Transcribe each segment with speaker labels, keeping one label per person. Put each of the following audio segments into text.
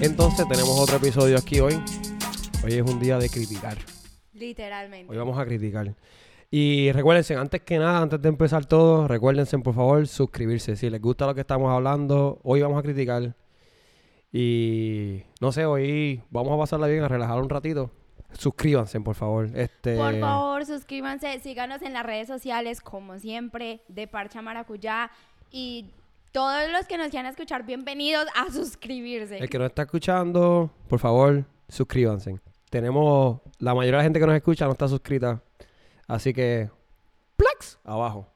Speaker 1: Entonces tenemos otro episodio aquí hoy. Hoy es un día de criticar. Hoy
Speaker 2: Literalmente.
Speaker 1: vamos a criticar. Y recuérdense, antes que nada, antes de empezar todo, recuérdense por favor suscribirse. Si les gusta lo que estamos hablando, hoy vamos a criticar. Y no sé, hoy vamos a pasarla bien, a relajar un ratito. Suscríbanse, por favor. Este,
Speaker 2: Por favor, suscríbanse, síganos en las redes sociales, como siempre, de Parcha Maracuyá. Y todos los que nos quieran escuchar, bienvenidos a suscribirse.
Speaker 1: El que nos está escuchando, por favor, suscríbanse. Tenemos, la mayoría de la gente que nos escucha no está suscrita. Así que, plax, abajo.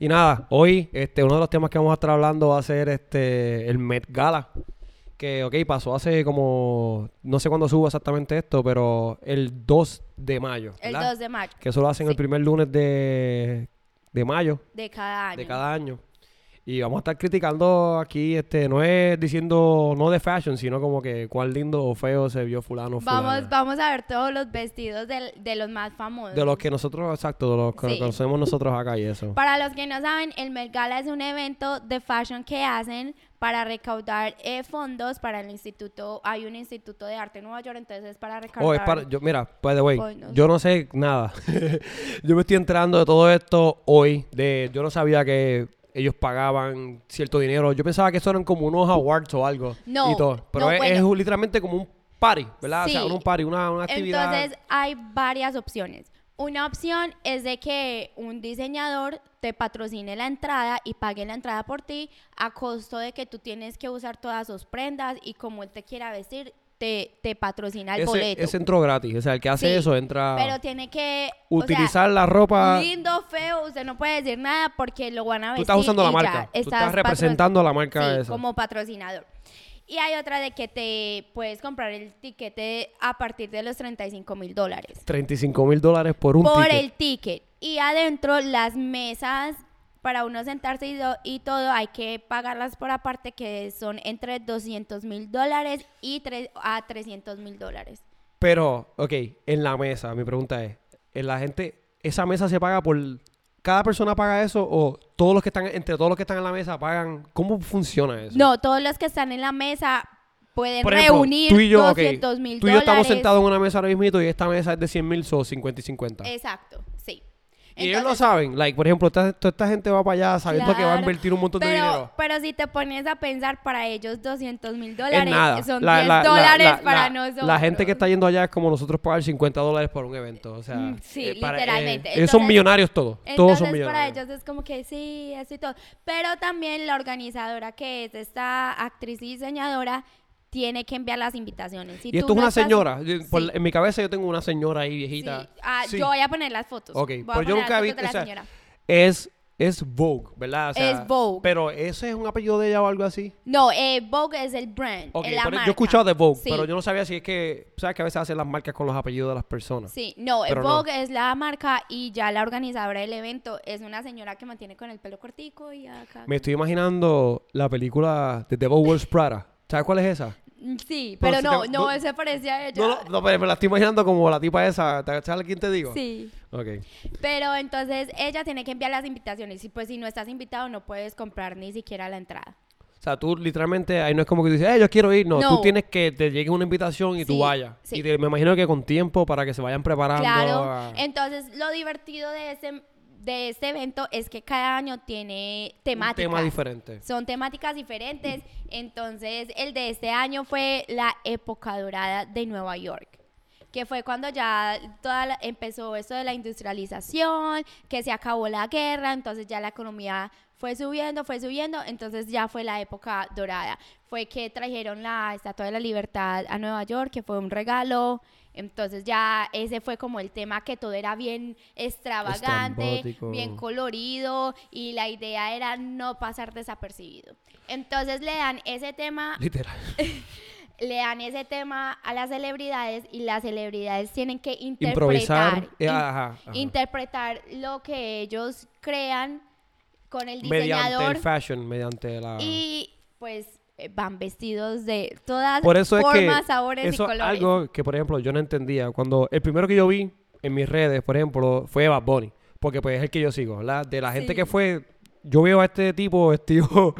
Speaker 1: Y nada, hoy este, uno de los temas que vamos a estar hablando va a ser este, el Met Gala. Que, ok, pasó hace como, no sé cuándo subo exactamente esto, pero el 2 de mayo.
Speaker 2: el
Speaker 1: ¿verdad?
Speaker 2: 2 de mayo
Speaker 1: Que eso lo hacen el
Speaker 2: sí.
Speaker 1: primer lunes de, de mayo
Speaker 2: de cada año.
Speaker 1: de cada año. Y vamos a estar criticando aquí, este, no es diciendo no de fashion, sino como que cuán lindo o feo se vio fulano o
Speaker 2: Vamos,
Speaker 1: fulana.
Speaker 2: vamos a ver todos los vestidos del- de los más famosos.
Speaker 1: De los que nosotros, exacto, de los que
Speaker 2: Sí.
Speaker 1: conocemos nosotros acá y eso.
Speaker 2: Para los que no saben, el Met Gala es un evento de fashion que hacen para recaudar eh, fondos para el instituto. Hay un instituto de arte en Nueva York, entonces es para recaudar.
Speaker 1: Oh, es para, yo, mira, by the way,
Speaker 2: Ay, no
Speaker 1: yo no sé nada. yo me estoy enterando de todo esto hoy. De, yo no sabía que ellos pagaban cierto dinero. Yo pensaba que eso eran como unos awards o algo.
Speaker 2: No,
Speaker 1: y todo. Pero
Speaker 2: no,
Speaker 1: es,
Speaker 2: bueno.
Speaker 1: es un- literalmente como un party, ¿verdad? O
Speaker 2: Sí.
Speaker 1: sea, un party, una, una actividad.
Speaker 2: Entonces hay varias opciones. Una opción es de que un diseñador te patrocine la entrada y pague la entrada por ti a costo de que tú tienes que usar todas sus prendas y como él te quiera vestir, te, te patrocina el
Speaker 1: ese,
Speaker 2: boleto.
Speaker 1: ese entró gratis. O sea, el que hace
Speaker 2: Sí,
Speaker 1: eso entra.
Speaker 2: Pero tiene que o sea,
Speaker 1: utilizar la ropa.
Speaker 2: Lindo, feo, usted no puede decir nada porque lo van a
Speaker 1: Tú
Speaker 2: vestir.
Speaker 1: estás usando la
Speaker 2: y ya.
Speaker 1: marca. Tú estás
Speaker 2: patro-
Speaker 1: representando a la marca
Speaker 2: Sí,
Speaker 1: esa.
Speaker 2: como patrocinador. Y hay otra de que te puedes comprar el tiquete a partir de los 35 mil dólares
Speaker 1: 35 mil dólares por un
Speaker 2: por
Speaker 1: ticket.
Speaker 2: el ticket. Y adentro las mesas para uno sentarse y, do- y todo hay que pagarlas por aparte que son entre 200 mil dólares y tres- a 300 mil dólares.
Speaker 1: Pero, ok, en la mesa, mi pregunta es, ¿en la gente, esa mesa se paga por... ¿Cada persona paga eso o todos los que están, entre todos los que están en la mesa pagan? ¿Cómo funciona eso?
Speaker 2: No, todos los que están en la mesa pueden
Speaker 1: Por ejemplo,
Speaker 2: reunir
Speaker 1: tú y yo, ok,
Speaker 2: 200 mil dólares.
Speaker 1: Tú y yo estamos sentados en una mesa ahora mismo y esta mesa es de 100 mil, son 50 y 50.
Speaker 2: Exacto, sí.
Speaker 1: y ellos lo
Speaker 2: Entonces,
Speaker 1: saben. Like, por ejemplo, esta, toda esta gente va para allá sabiendo que va a
Speaker 2: claro,
Speaker 1: invertir un montón de
Speaker 2: pero-
Speaker 1: dinero.
Speaker 2: Pero si te pones a pensar, para ellos 200 mil
Speaker 1: Es
Speaker 2: dólares
Speaker 1: nada.
Speaker 2: son
Speaker 1: La-
Speaker 2: 10
Speaker 1: la- la-
Speaker 2: dólares
Speaker 1: la-
Speaker 2: para
Speaker 1: la-
Speaker 2: nosotros.
Speaker 1: La gente que está yendo allá es como nosotros pagar 50 dólares por un evento. O sea, eh,
Speaker 2: Mm, sí,
Speaker 1: para-
Speaker 2: literalmente.
Speaker 1: ellos son
Speaker 2: Entonces-
Speaker 1: millonarios todos. todos son
Speaker 2: Entonces, para
Speaker 1: millonarios.
Speaker 2: ellos es como que sí, eso y todo. Pero también la organizadora, que es esta actriz y diseñadora, tiene que enviar las invitaciones. Si
Speaker 1: y esto
Speaker 2: tú
Speaker 1: es una
Speaker 2: no estás-
Speaker 1: señora. Yo- por-
Speaker 2: Sí.
Speaker 1: en mi cabeza yo tengo una señora ahí
Speaker 2: Sí.
Speaker 1: viejita.
Speaker 2: Ah,
Speaker 1: Sí.
Speaker 2: Yo voy a poner las fotos.
Speaker 1: Ok,
Speaker 2: Voy a
Speaker 1: pero yo
Speaker 2: poner
Speaker 1: nunca
Speaker 2: las
Speaker 1: vi-
Speaker 2: fotos de la
Speaker 1: o sea,
Speaker 2: señora.
Speaker 1: Es, es Vogue, ¿verdad? O sea,
Speaker 2: Es Vogue.
Speaker 1: Pero ese es un apellido de ella o algo así.
Speaker 2: No, eh, Vogue es el brand.
Speaker 1: Ok,
Speaker 2: es la
Speaker 1: pero yo
Speaker 2: marca.
Speaker 1: he escuchado de Vogue,
Speaker 2: Sí.
Speaker 1: pero yo no sabía si es que, ¿sabes? Que a veces hacen las marcas con los apellidos de las personas.
Speaker 2: Sí, no, eh,
Speaker 1: Pero no.
Speaker 2: Vogue es la marca y ya la organizadora del evento es una señora que mantiene con el pelo cortico y acá.
Speaker 1: Me estoy imaginando la película de Devil Wears Prada. ¿Sabes cuál es esa?
Speaker 2: Mm, Sí,
Speaker 1: Pero
Speaker 2: pero,
Speaker 1: si
Speaker 2: no,
Speaker 1: te-
Speaker 2: no,
Speaker 1: no-
Speaker 2: se parece a ella.
Speaker 1: No, no, no, pero me la estoy imaginando como la tipa esa. ¿Te- ¿Sabes quién te digo?
Speaker 2: Sí,
Speaker 1: Ok.
Speaker 2: pero entonces ella tiene que enviar las invitaciones y pues si no estás invitado no puedes comprar ni siquiera la entrada.
Speaker 1: O sea, tú literalmente ahí no es como que tú dices, eh, yo quiero ir. No, tú
Speaker 2: No.
Speaker 1: tienes que te llegue una invitación y tú
Speaker 2: Sí,
Speaker 1: vayas.
Speaker 2: sí.
Speaker 1: Y te- me imagino que con tiempo para que se vayan preparando. a-
Speaker 2: Claro, entonces lo divertido de este, de este evento es que cada año tiene
Speaker 1: un
Speaker 2: temáticas.
Speaker 1: tema diferente.
Speaker 2: Son temáticas diferentes. Entonces, el de este año fue la época dorada de Nueva York, que fue cuando ya toda la- empezó esto de la industrialización, que se acabó la guerra, entonces ya la economía fue subiendo, fue subiendo, entonces ya fue la época dorada. Fue que trajeron la Estatua de la Libertad a Nueva York, que fue un regalo. Entonces ya ese fue como el tema que todo era bien extravagante,
Speaker 1: Estrambótico.
Speaker 2: bien colorido y la idea era no pasar desapercibido. Entonces le dan ese tema,
Speaker 1: Literal.
Speaker 2: le dan ese tema a las celebridades y las celebridades tienen que interpretar
Speaker 1: Improvisar. eh,
Speaker 2: in-
Speaker 1: ajá, ajá.
Speaker 2: interpretar lo que ellos crean con el
Speaker 1: mediante
Speaker 2: diseñador
Speaker 1: el fashion, mediante la.
Speaker 2: y pues eh, van vestidos de todas
Speaker 1: Por eso es
Speaker 2: formas,
Speaker 1: que
Speaker 2: sabores
Speaker 1: eso
Speaker 2: y colores.
Speaker 1: algo que por ejemplo yo no entendía cuando el primero que yo vi en mis redes, por ejemplo, fue Bad Bunny, porque pues es el que yo sigo, ¿verdad? De la gente
Speaker 2: Sí.
Speaker 1: que fue yo veo a este tipo vestido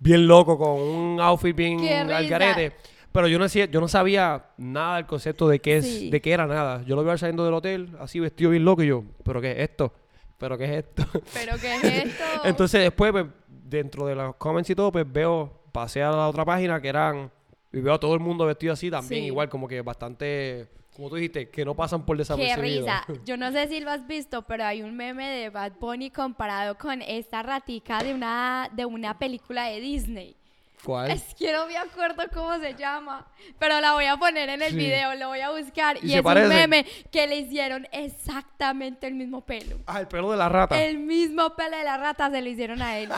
Speaker 1: bien loco con un outfit bien
Speaker 2: Qué
Speaker 1: al
Speaker 2: risa.
Speaker 1: garete, Pero yo no, hacía- yo no sabía nada del concepto de qué, es,
Speaker 2: Sí.
Speaker 1: de qué era nada. Yo lo veo saliendo del hotel, así vestido bien loco, y yo, ¿pero qué es esto? ¿Pero qué es esto?
Speaker 2: ¿Pero qué es esto?
Speaker 1: Entonces después, pues, dentro de los comments y todo, pues veo, pasé a la otra página que eran, y veo a todo el mundo vestido así también,
Speaker 2: Sí.
Speaker 1: igual como que bastante, como tú dijiste, que no pasan por
Speaker 2: Qué
Speaker 1: desapercibido.
Speaker 2: risa. Yo no sé si lo has visto, pero hay un meme de Bad Bunny comparado con esta ratica de una, de una película de Disney.
Speaker 1: ¿Cuál?
Speaker 2: Es que no me acuerdo cómo se llama, pero la voy a poner en el
Speaker 1: Sí.
Speaker 2: video, lo voy a buscar.
Speaker 1: ¿Y
Speaker 2: Y,
Speaker 1: se
Speaker 2: es
Speaker 1: parecen?
Speaker 2: un meme que le hicieron exactamente el mismo pelo.
Speaker 1: Ah, el pelo de la rata.
Speaker 2: El mismo pelo de la rata se lo hicieron a él.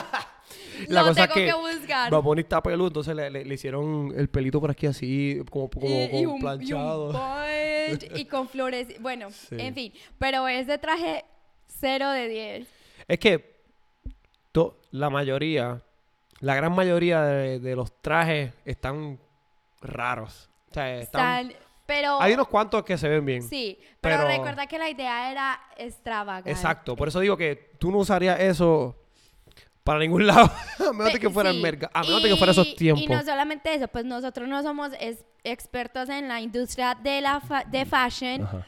Speaker 1: La
Speaker 2: lo
Speaker 1: cosa es
Speaker 2: tengo que,
Speaker 1: que
Speaker 2: buscar.
Speaker 1: Bad Bunny está peludo, entonces le, le- le hicieron el pelito por aquí así, como, como,
Speaker 2: y, y
Speaker 1: como
Speaker 2: un, y
Speaker 1: planchado.
Speaker 2: un bunch, y con flores. Bueno,
Speaker 1: Sí.
Speaker 2: en fin. Pero ese traje 0 de 10.
Speaker 1: Es que to- la mayoría, la gran mayoría de, de los trajes están raros. O sea, están-
Speaker 2: Están- pero
Speaker 1: Hay unos cuantos que se ven bien.
Speaker 2: sí, pero,
Speaker 1: pero-
Speaker 2: recuerda que la idea era extravagante.
Speaker 1: Exacto.
Speaker 2: eh.
Speaker 1: Por eso digo que tú no usarías eso para ningún lado. a menos de
Speaker 2: Pe-
Speaker 1: que fuera el
Speaker 2: sí,
Speaker 1: mercado. A menos de
Speaker 2: y-
Speaker 1: que fuera esos
Speaker 2: Y
Speaker 1: tiempos.
Speaker 2: no solamente eso, pues nosotros no somos es- expertos en la industria de la fa- de fashion,
Speaker 1: Ajá.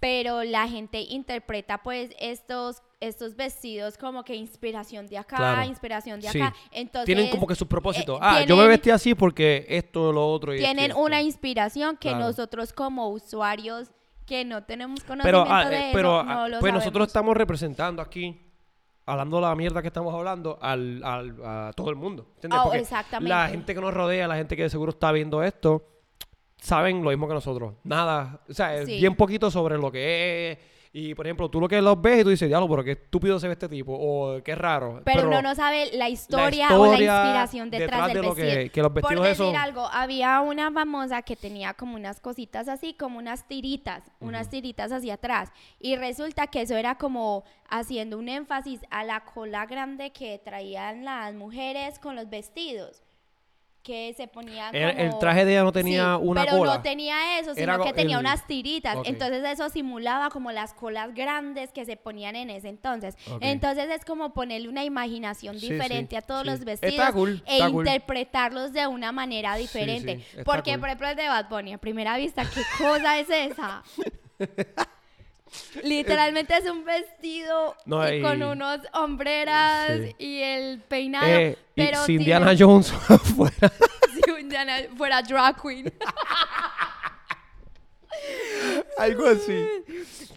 Speaker 2: pero la gente interpreta pues estos estos vestidos como que inspiración de acá,
Speaker 1: Claro.
Speaker 2: inspiración de
Speaker 1: Sí.
Speaker 2: acá. Entonces
Speaker 1: tienen como que sus propósitos.
Speaker 2: eh,
Speaker 1: ah, yo me
Speaker 2: tienen-
Speaker 1: vestí así porque esto, lo otro y esto y
Speaker 2: tienen
Speaker 1: esto.
Speaker 2: una inspiración que
Speaker 1: Claro.
Speaker 2: nosotros como usuarios que no tenemos conocimiento
Speaker 1: Pero, ah,
Speaker 2: de
Speaker 1: eh,
Speaker 2: eso,
Speaker 1: pero
Speaker 2: no
Speaker 1: ah,
Speaker 2: lo
Speaker 1: pues
Speaker 2: sabemos.
Speaker 1: nosotros estamos representando aquí, hablando la mierda que estamos hablando, al, al- a todo el mundo. ¿entiendes?
Speaker 2: Ah,
Speaker 1: Porque
Speaker 2: exactamente.
Speaker 1: La gente que nos rodea, la gente que de seguro está viendo esto, saben lo mismo que nosotros. Nada, o sea, es
Speaker 2: Sí.
Speaker 1: bien poquito sobre lo que es. Y por ejemplo, tú lo que los ves y tú dices, diablo, pero qué estúpido se ve este tipo, o qué raro.
Speaker 2: Pero, uno no sabe la historia, o
Speaker 1: historia
Speaker 2: la inspiración detrás,
Speaker 1: detrás
Speaker 2: del
Speaker 1: de lo que-
Speaker 2: vestido.
Speaker 1: que los
Speaker 2: Por
Speaker 1: vestidos
Speaker 2: decir
Speaker 1: esos-
Speaker 2: algo, había una famosa que tenía como unas cositas así, como unas tiritas, unas tiritas hacia atrás. Y resulta que eso era como haciendo un énfasis a la cola grande que traían las mujeres con los vestidos. Que se ponían
Speaker 1: El-
Speaker 2: como-
Speaker 1: el traje de ella no tenía una
Speaker 2: pero
Speaker 1: cola.
Speaker 2: no tenía eso, sino
Speaker 1: Era
Speaker 2: que
Speaker 1: co-
Speaker 2: tenía
Speaker 1: el-
Speaker 2: unas tiritas.
Speaker 1: Ok.
Speaker 2: Entonces eso simulaba como las colas grandes que se ponían en ese entonces.
Speaker 1: Ok.
Speaker 2: Entonces es como ponerle una imaginación
Speaker 1: Sí, sí,
Speaker 2: diferente a todos
Speaker 1: sí.
Speaker 2: los
Speaker 1: Está
Speaker 2: vestidos
Speaker 1: cool,
Speaker 2: e
Speaker 1: está cool.
Speaker 2: interpretarlos de una manera diferente.
Speaker 1: sí, está
Speaker 2: Porque,
Speaker 1: cool.
Speaker 2: por ejemplo, el de Bad Bunny, a primera vista, ¿qué cosa es esa? Literalmente es un vestido
Speaker 1: No,
Speaker 2: y
Speaker 1: y-
Speaker 2: con unos hombreras
Speaker 1: Sí.
Speaker 2: y el peinado.
Speaker 1: Eh, y
Speaker 2: pero
Speaker 1: si
Speaker 2: tiene-
Speaker 1: Indiana Jones fuera.
Speaker 2: si Indiana fuera drag queen.
Speaker 1: Algo así.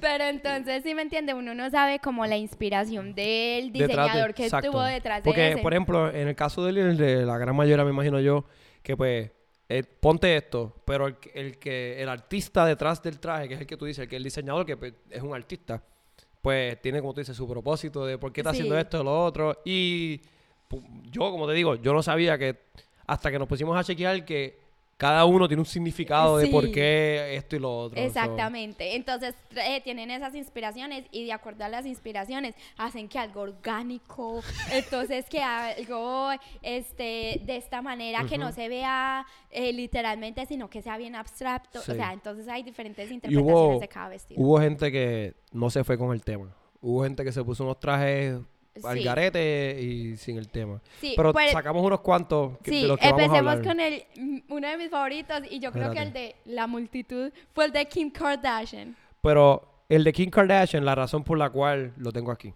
Speaker 2: Pero entonces, si me entiende, uno no sabe como la inspiración del
Speaker 1: detrás de-
Speaker 2: diseñador que
Speaker 1: exacto.
Speaker 2: estuvo detrás
Speaker 1: Porque,
Speaker 2: de ese.
Speaker 1: por ejemplo, en el caso de él y el de la gran mayoría, me imagino yo, que pues, eh, ponte esto, pero el, que- el que, el artista detrás del traje, que es el que tú dices, el que el diseñador, que pues, es un artista, pues tiene, como tú dices, su propósito de por qué está haciendo
Speaker 2: Sí.
Speaker 1: esto o lo otro. Y pu- yo, como te digo, yo no sabía que, hasta que nos pusimos a chequear que cada uno tiene un significado de por
Speaker 2: Sí.
Speaker 1: qué esto y lo otro. so-
Speaker 2: Exactamente. Entonces, eh, tienen esas inspiraciones y de acuerdo a las inspiraciones hacen que algo orgánico, entonces que algo este de esta manera que no se vea eh, literalmente, sino que sea bien abstracto.
Speaker 1: Sí.
Speaker 2: O sea, entonces hay diferentes
Speaker 1: Y
Speaker 2: interpretaciones
Speaker 1: hubo,
Speaker 2: de cada vestido.
Speaker 1: hubo gente que no se fue con el tema. Hubo gente que se puso unos trajes al
Speaker 2: Sí.
Speaker 1: garete y sin el tema.
Speaker 2: Sí,
Speaker 1: Pero
Speaker 2: pues-
Speaker 1: sacamos unos cuantos que-
Speaker 2: Sí,
Speaker 1: de los que vamos a
Speaker 2: empecemos
Speaker 1: hablar.
Speaker 2: con el, mm, uno de mis favoritos y yo creo que el de la multitud fue el de Kim Kardashian.
Speaker 1: Pero el de Kim Kardashian, la razón por la cual lo tengo aquí.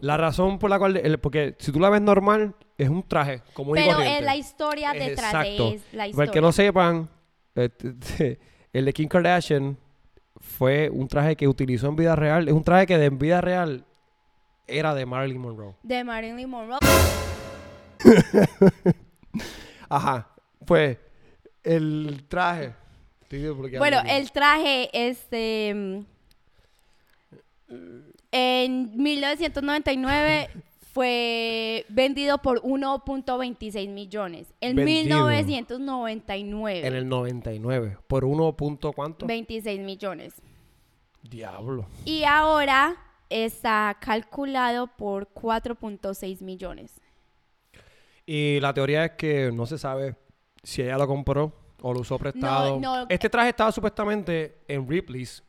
Speaker 1: La razón por la cual... el- porque si tú la ves normal, es un traje como
Speaker 2: Pero es la historia
Speaker 1: Es
Speaker 2: detrás
Speaker 1: exacto.
Speaker 2: de es la
Speaker 1: Para
Speaker 2: historia.
Speaker 1: el que no sepan, este, el de Kim Kardashian fue un traje que utilizó en vida real. Es un traje que en vida real era de Marilyn Monroe.
Speaker 2: De Marilyn Monroe.
Speaker 1: Ajá. Pues el traje. Estoy desbloqueando
Speaker 2: Bueno,
Speaker 1: aquí.
Speaker 2: el traje, este... mm, En 1999 fue vendido por 1.26 millones. En
Speaker 1: Vendido.
Speaker 2: 1999,
Speaker 1: En el 99. Por 1. Punto ¿Cuánto?
Speaker 2: 26 millones.
Speaker 1: Diablo.
Speaker 2: Y ahora está calculado por 4.6 millones.
Speaker 1: Y la teoría es que no se sabe si ella lo compró o lo usó prestado.
Speaker 2: no. eh.
Speaker 1: Este traje estaba supuestamente en Ripley's.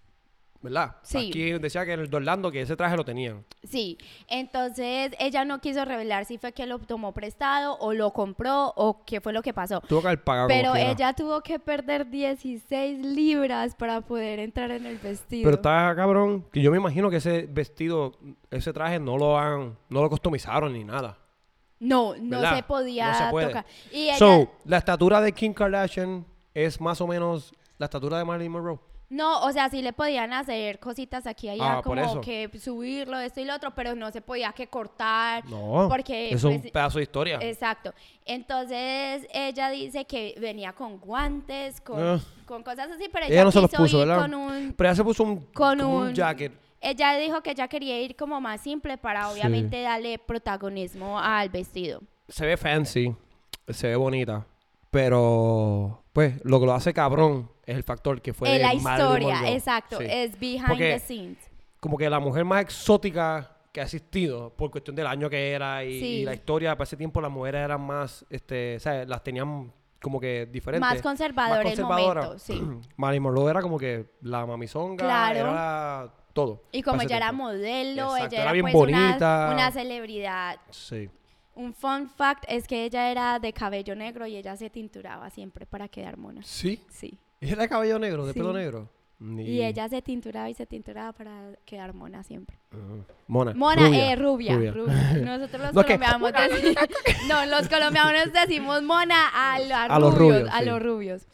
Speaker 1: ¿verdad?
Speaker 2: Sí.
Speaker 1: Aquí decía que en el de Orlando que ese traje lo tenían.
Speaker 2: Sí, entonces ella no quiso revelar si fue que lo tomó prestado o lo compró o qué fue lo que pasó.
Speaker 1: Tuvo que haber pagado como
Speaker 2: Pero
Speaker 1: quiera.
Speaker 2: ella tuvo que perder 16 libras para poder entrar en el vestido.
Speaker 1: Pero está cabrón, que yo me imagino que ese vestido, ese traje no lo han, no lo customizaron ni nada.
Speaker 2: no, no
Speaker 1: ¿verdad?
Speaker 2: se podía
Speaker 1: No se puede.
Speaker 2: tocar. Y ella,
Speaker 1: So, la estatura de Kim Kardashian es más o menos la estatura de Marilyn Monroe.
Speaker 2: no, o sea, sí le podían hacer cositas aquí y allá,
Speaker 1: Ah, por
Speaker 2: como
Speaker 1: eso.
Speaker 2: que subirlo, esto y lo otro, pero no se podía que cortar.
Speaker 1: No,
Speaker 2: porque
Speaker 1: eso es
Speaker 2: pues,
Speaker 1: un pedazo de historia.
Speaker 2: Exacto. Entonces ella dice que venía con guantes, con,
Speaker 1: Ah.
Speaker 2: con cosas así, pero ella,
Speaker 1: ella no se los
Speaker 2: quiso
Speaker 1: puso,
Speaker 2: ir
Speaker 1: ¿verdad?
Speaker 2: con un
Speaker 1: Pero ella se puso un,
Speaker 2: con
Speaker 1: como un
Speaker 2: un-
Speaker 1: jacket.
Speaker 2: ella dijo que ella quería ir como más simple para
Speaker 1: Sí.
Speaker 2: obviamente darle protagonismo al vestido.
Speaker 1: Se ve fancy, se ve bonita, pero pues lo que lo hace cabrón es Pues el factor que fue
Speaker 2: Eh, la
Speaker 1: Marilyn
Speaker 2: historia,
Speaker 1: Monroe.
Speaker 2: exacto,
Speaker 1: Sí.
Speaker 2: es behind
Speaker 1: Porque-
Speaker 2: the scenes.
Speaker 1: como que la mujer más exótica que ha existido por cuestión del año que era y,
Speaker 2: Sí.
Speaker 1: y la historia para ese tiempo las mujeres eran más este o sea, las tenían como que diferentes
Speaker 2: Más conservadora el momento, sí.
Speaker 1: Marilyn Monroe era como que la mamizonga
Speaker 2: Claro.
Speaker 1: era todo
Speaker 2: Y como
Speaker 1: para ese
Speaker 2: ella era
Speaker 1: tiempo.
Speaker 2: modelo,
Speaker 1: Exacto,
Speaker 2: ella
Speaker 1: era
Speaker 2: era,
Speaker 1: bien
Speaker 2: pues, una-
Speaker 1: bonita.
Speaker 2: Una, celebridad.
Speaker 1: sí
Speaker 2: Un fun fact es que ella era de cabello negro y ella se tinturaba siempre para quedar mona.
Speaker 1: sí
Speaker 2: Sí.
Speaker 1: ella era de cabello negro de
Speaker 2: Sí.
Speaker 1: pelo negro Ni-
Speaker 2: Y ella se tinturaba y se tinturaba para quedar mona siempre.
Speaker 1: Ajá. Mona
Speaker 2: Mona,
Speaker 1: Ah, rubia,
Speaker 2: eh, rubia,
Speaker 1: rubia.
Speaker 2: rubia. Nosotros los
Speaker 1: No, es que-
Speaker 2: colombianos deci- no, los colombianos decimos mona a, lo- a
Speaker 1: A los
Speaker 2: rubios,
Speaker 1: rubios,
Speaker 2: a
Speaker 1: sí.
Speaker 2: los rubios.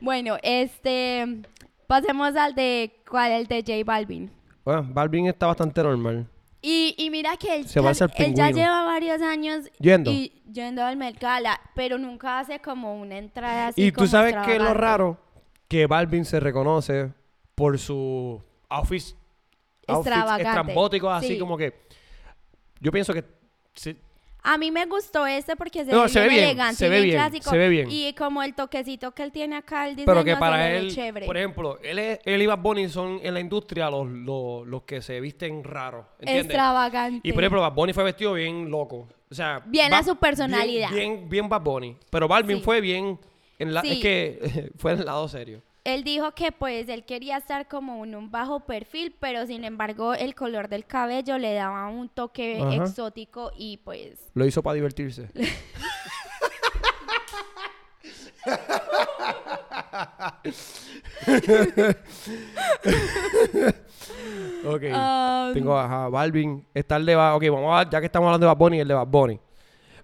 Speaker 2: Bueno, este pasemos al de cuál el de J Balvin.
Speaker 1: bueno Balvin está bastante normal
Speaker 2: Y, y mira que él,
Speaker 1: Se parece al
Speaker 2: él ya
Speaker 1: pingüino.
Speaker 2: lleva varios años
Speaker 1: Yendo.
Speaker 2: y yendo al Mercala, pero nunca hace como una entrada así
Speaker 1: Y tú
Speaker 2: como
Speaker 1: sabes que lo
Speaker 2: extravagante.
Speaker 1: raro, que Balvin se reconoce por su outfit
Speaker 2: Extravagante.
Speaker 1: estrambótico, así
Speaker 2: Sí.
Speaker 1: como que yo pienso que sí,
Speaker 2: A mí me gustó este porque se,
Speaker 1: No,
Speaker 2: ve,
Speaker 1: se ve
Speaker 2: bien
Speaker 1: bien,
Speaker 2: elegante,
Speaker 1: se ve
Speaker 2: bien,
Speaker 1: bien,
Speaker 2: clásico.
Speaker 1: se ve bien.
Speaker 2: Y como el toquecito que él tiene acá, el diseño
Speaker 1: pero que para
Speaker 2: se le ve
Speaker 1: él,
Speaker 2: chévere.
Speaker 1: por ejemplo, él, es- él y Bad Bunny son en la industria los, los, los que se visten raros, ¿entiendes?
Speaker 2: Extravagante.
Speaker 1: Y por ejemplo, Bad Bunny fue vestido bien loco, o sea,
Speaker 2: Bien
Speaker 1: Bad-
Speaker 2: a su personalidad.
Speaker 1: bien, bien, bien Bad Bunny, pero Balvin
Speaker 2: Sí.
Speaker 1: fue bien en la,
Speaker 2: Sí.
Speaker 1: es que fue en el lado serio.
Speaker 2: Él dijo que pues él quería estar como en un bajo perfil, pero sin embargo el color del cabello le daba un toque
Speaker 1: Ajá.
Speaker 2: exótico y pues
Speaker 1: Lo hizo para divertirse. ok.
Speaker 2: Um,
Speaker 1: Tengo a Balvin. Está el de Bad Ok, vamos a, ya que estamos hablando de Bad Bunny, el de Bad Bunny.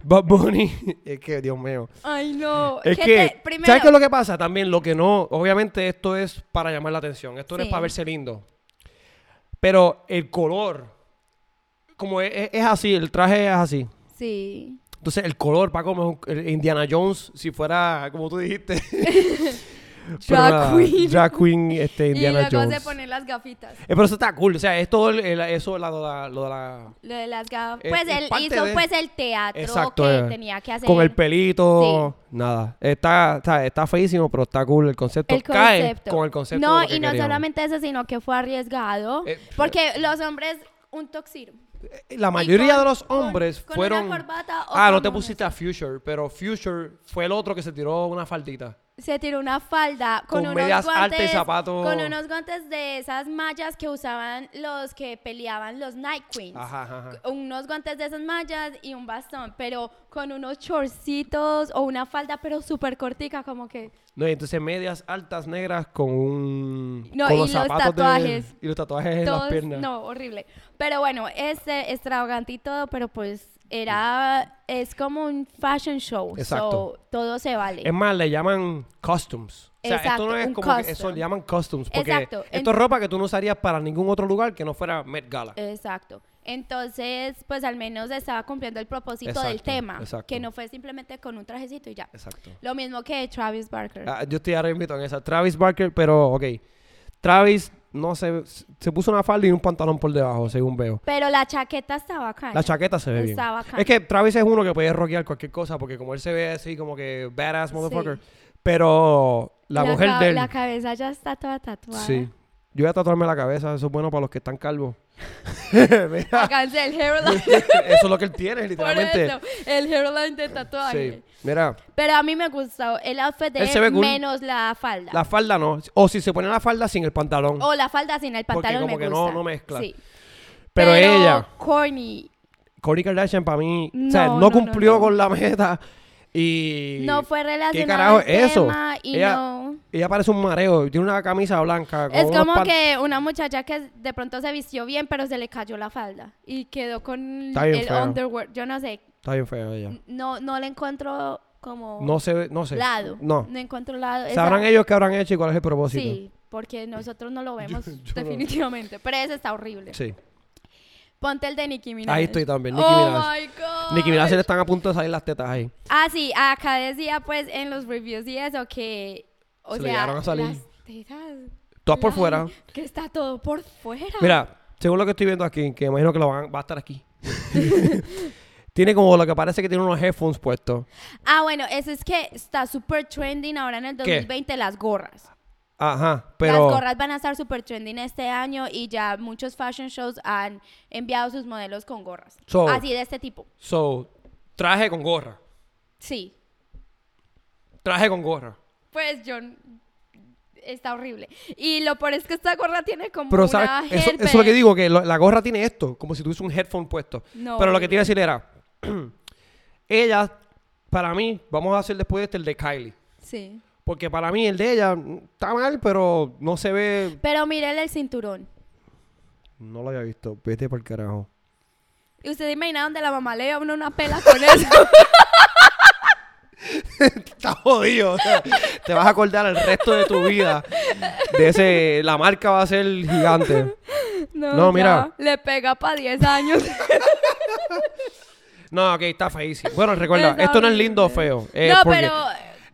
Speaker 1: Bad Bunny. es que, Dios mío.
Speaker 2: ay no,
Speaker 1: Es
Speaker 2: ¿Qué
Speaker 1: que,
Speaker 2: te- primero
Speaker 1: ¿sabes qué es lo que pasa? También lo que no, obviamente esto es para llamar la atención, esto no es
Speaker 2: Sí.
Speaker 1: para verse lindo. Pero el color, como es- es- es así, el traje es así.
Speaker 2: sí,
Speaker 1: Entonces, el color, Paco, me- un- el Indiana Jones, si fuera, como tú dijiste. Pero
Speaker 2: Drag
Speaker 1: nada,
Speaker 2: queen.
Speaker 1: Drag queen, este, Indiana
Speaker 2: y luego
Speaker 1: Jones.
Speaker 2: se ponen las gafitas.
Speaker 1: Eh, pero eso está cool. O sea, es todo el- el- eso, la, la- lo de la...
Speaker 2: Lo de las gafas,
Speaker 1: Es-
Speaker 2: pues
Speaker 1: es
Speaker 2: él
Speaker 1: Eh, parte
Speaker 2: hizo
Speaker 1: de-
Speaker 2: pues el teatro
Speaker 1: Exacto.
Speaker 2: que
Speaker 1: eh,
Speaker 2: tenía que hacer.
Speaker 1: Con el pelito. Nada. Está, está, está feísimo, pero está cool el concepto.
Speaker 2: El
Speaker 1: Cae
Speaker 2: concepto.
Speaker 1: con el concepto.
Speaker 2: No,
Speaker 1: de lo que
Speaker 2: y no
Speaker 1: queríamos.
Speaker 2: solamente eso, sino que fue arriesgado.
Speaker 1: Eh,
Speaker 2: porque los hombres, un toxiro.
Speaker 1: Eh, La mayoría
Speaker 2: con-
Speaker 1: de los
Speaker 2: con-
Speaker 1: hombres
Speaker 2: con una
Speaker 1: fueron...
Speaker 2: corbata o
Speaker 1: ah, no
Speaker 2: con
Speaker 1: te
Speaker 2: un-
Speaker 1: pusiste a Future, pero Future fue el otro que se tiró una faldita.
Speaker 2: Se tiró una falda con,
Speaker 1: Con
Speaker 2: unos
Speaker 1: medias altas y
Speaker 2: guantes.
Speaker 1: zapato.
Speaker 2: Con unos guantes de esas mallas que usaban los que peleaban los Night Queens.
Speaker 1: Ajá, ajá, ajá.
Speaker 2: Unos guantes de esas mallas y un bastón, pero con unos chorcitos o una falda, pero súper cortica, como que.
Speaker 1: No, y entonces medias altas negras con un...
Speaker 2: No,
Speaker 1: con
Speaker 2: y los
Speaker 1: zapatos de-
Speaker 2: tatuajes.
Speaker 1: y los tatuajes en las
Speaker 2: todos-
Speaker 1: piernas.
Speaker 2: No, horrible. Pero bueno, este extravagante y todo, pero pues era. Es como un fashion show. so
Speaker 1: Exacto. Em-
Speaker 2: todo se vale.
Speaker 1: Es más, le llaman costumes. O sea,
Speaker 2: Exacto,
Speaker 1: esto no es
Speaker 2: un
Speaker 1: como que eso
Speaker 2: custom.
Speaker 1: le llaman costumes. Porque
Speaker 2: Exacto,
Speaker 1: esto
Speaker 2: en- Eh,
Speaker 1: es ropa que tú no usarías para ningún otro lugar que no fuera Met Gala.
Speaker 2: Exacto. Entonces, pues al menos estaba cumpliendo el propósito del
Speaker 1: Exacto,
Speaker 2: tema.
Speaker 1: exacto.
Speaker 2: Que no fue simplemente con un trajecito y ya.
Speaker 1: Exacto.
Speaker 2: Lo mismo que Travis Barker.
Speaker 1: Ah, yo estoy ahora invito en esa. Travis Barker, pero ok. Travis no se, se puso una falda y un pantalón por debajo, según veo.
Speaker 2: Pero la chaqueta estaba acá.
Speaker 1: La chaqueta se ve bien.
Speaker 2: Está bacán.
Speaker 1: Es que Travis es uno que puede rockear cualquier cosa porque como él se ve así como que badass motherfucker. Pero la, mujer
Speaker 2: ca-
Speaker 1: de él...
Speaker 2: La cabeza ya está toda tatuada.
Speaker 1: Sí. Yo voy a tatuarme la cabeza, eso es bueno para los que están calvos. Mira,
Speaker 2: Alcance el hairline.
Speaker 1: eso es lo que él tiene,
Speaker 2: Por
Speaker 1: literalmente.
Speaker 2: eso, el hairline de tatuaje.
Speaker 1: Sí. Mira,
Speaker 2: Pero a mí me ha gustado el outfit de
Speaker 1: Él se ve
Speaker 2: él,
Speaker 1: cool.
Speaker 2: menos la Oh, falda.
Speaker 1: la falda no. O si se pone la falda sin el pantalón.
Speaker 2: O la falda sin el
Speaker 1: Porque
Speaker 2: pantalón
Speaker 1: como
Speaker 2: me
Speaker 1: que no-
Speaker 2: gusta.
Speaker 1: no mezcla.
Speaker 2: Sí.
Speaker 1: pero, ella,
Speaker 2: Corny.
Speaker 1: Kourtney Kardashian, para mí, o sea, no,
Speaker 2: No, no, no,
Speaker 1: cumplió
Speaker 2: no.
Speaker 1: con la meta. Y.
Speaker 2: No fue relacionado
Speaker 1: ¿Qué carajo
Speaker 2: al
Speaker 1: es eso?
Speaker 2: tema y
Speaker 1: ella,
Speaker 2: no...
Speaker 1: ella parece un mareo. Tiene una camisa blanca. con
Speaker 2: Es
Speaker 1: unos
Speaker 2: como
Speaker 1: pan-
Speaker 2: que una muchacha que de pronto se vistió bien, pero se le cayó la falda y quedó con
Speaker 1: Está bien
Speaker 2: el
Speaker 1: feo.
Speaker 2: underwear. Yo no sé,
Speaker 1: Está bien feo ella.
Speaker 2: no, no le encuentro como
Speaker 1: No se ve, no sé.
Speaker 2: lado.
Speaker 1: No.
Speaker 2: No encuentro lado.
Speaker 1: Sabrán
Speaker 2: Esa-
Speaker 1: ellos qué habrán hecho y cuál es el propósito.
Speaker 2: Sí, porque nosotros no lo vemos
Speaker 1: yo no-
Speaker 2: definitivamente. Pero ese está horrible.
Speaker 1: Sí.
Speaker 2: Ponte el de Nicki Minaj.
Speaker 1: Ahí estoy también, Nicki
Speaker 2: oh
Speaker 1: Minaj.
Speaker 2: my God.
Speaker 1: Nicki Minaj se le están a punto de salir las tetas ahí.
Speaker 2: Ah, sí, acá decía pues en los reviews y eso que. O
Speaker 1: Se le
Speaker 2: sea,
Speaker 1: llegaron a salir.
Speaker 2: las tetas,
Speaker 1: Todas por
Speaker 2: la-
Speaker 1: fuera.
Speaker 2: Que está todo por fuera.
Speaker 1: Mira, según lo que estoy viendo aquí, que imagino que lo van, va a estar aquí. tiene como lo que parece que tiene unos headphones puestos.
Speaker 2: Ah, bueno, eso es que está súper trending ahora en el 2020 las gorras.
Speaker 1: Ajá, pero.
Speaker 2: Las gorras van a estar súper trending este año y ya muchos fashion shows han enviado sus modelos con gorras.
Speaker 1: So-
Speaker 2: Así de este tipo.
Speaker 1: So, traje con gorra.
Speaker 2: Sí.
Speaker 1: Traje con gorra.
Speaker 2: Pues yo... Está horrible. Y lo peor es que esta gorra tiene como
Speaker 1: Pero,
Speaker 2: una
Speaker 1: ¿sabes? Eso, eso
Speaker 2: helper.
Speaker 1: es lo que digo, que lo- la gorra tiene esto, como si tuviese un headphone puesto.
Speaker 2: No.
Speaker 1: Pero lo que te iba a decir era. ella, para mí, vamos a hacer después este el de Kylie.
Speaker 2: Sí.
Speaker 1: Porque para mí el de ella mm, está mal, pero no se ve.
Speaker 2: Pero mírele el cinturón.
Speaker 1: No lo había visto. Vete por carajo.
Speaker 2: ¿Y usted se imagina donde la mamá le da a uno una pela con eso?
Speaker 1: Está jodido. o sea, te vas a acordar el resto de tu vida. De ese. La marca va a ser gigante.
Speaker 2: No,
Speaker 1: No,
Speaker 2: ya.
Speaker 1: mira.
Speaker 2: Le pega para 10 años.
Speaker 1: No, ok, está feísimo. Bueno, recuerda,
Speaker 2: Está
Speaker 1: esto no es
Speaker 2: horrible.
Speaker 1: lindo o feo. eh,
Speaker 2: no,
Speaker 1: porque
Speaker 2: pero...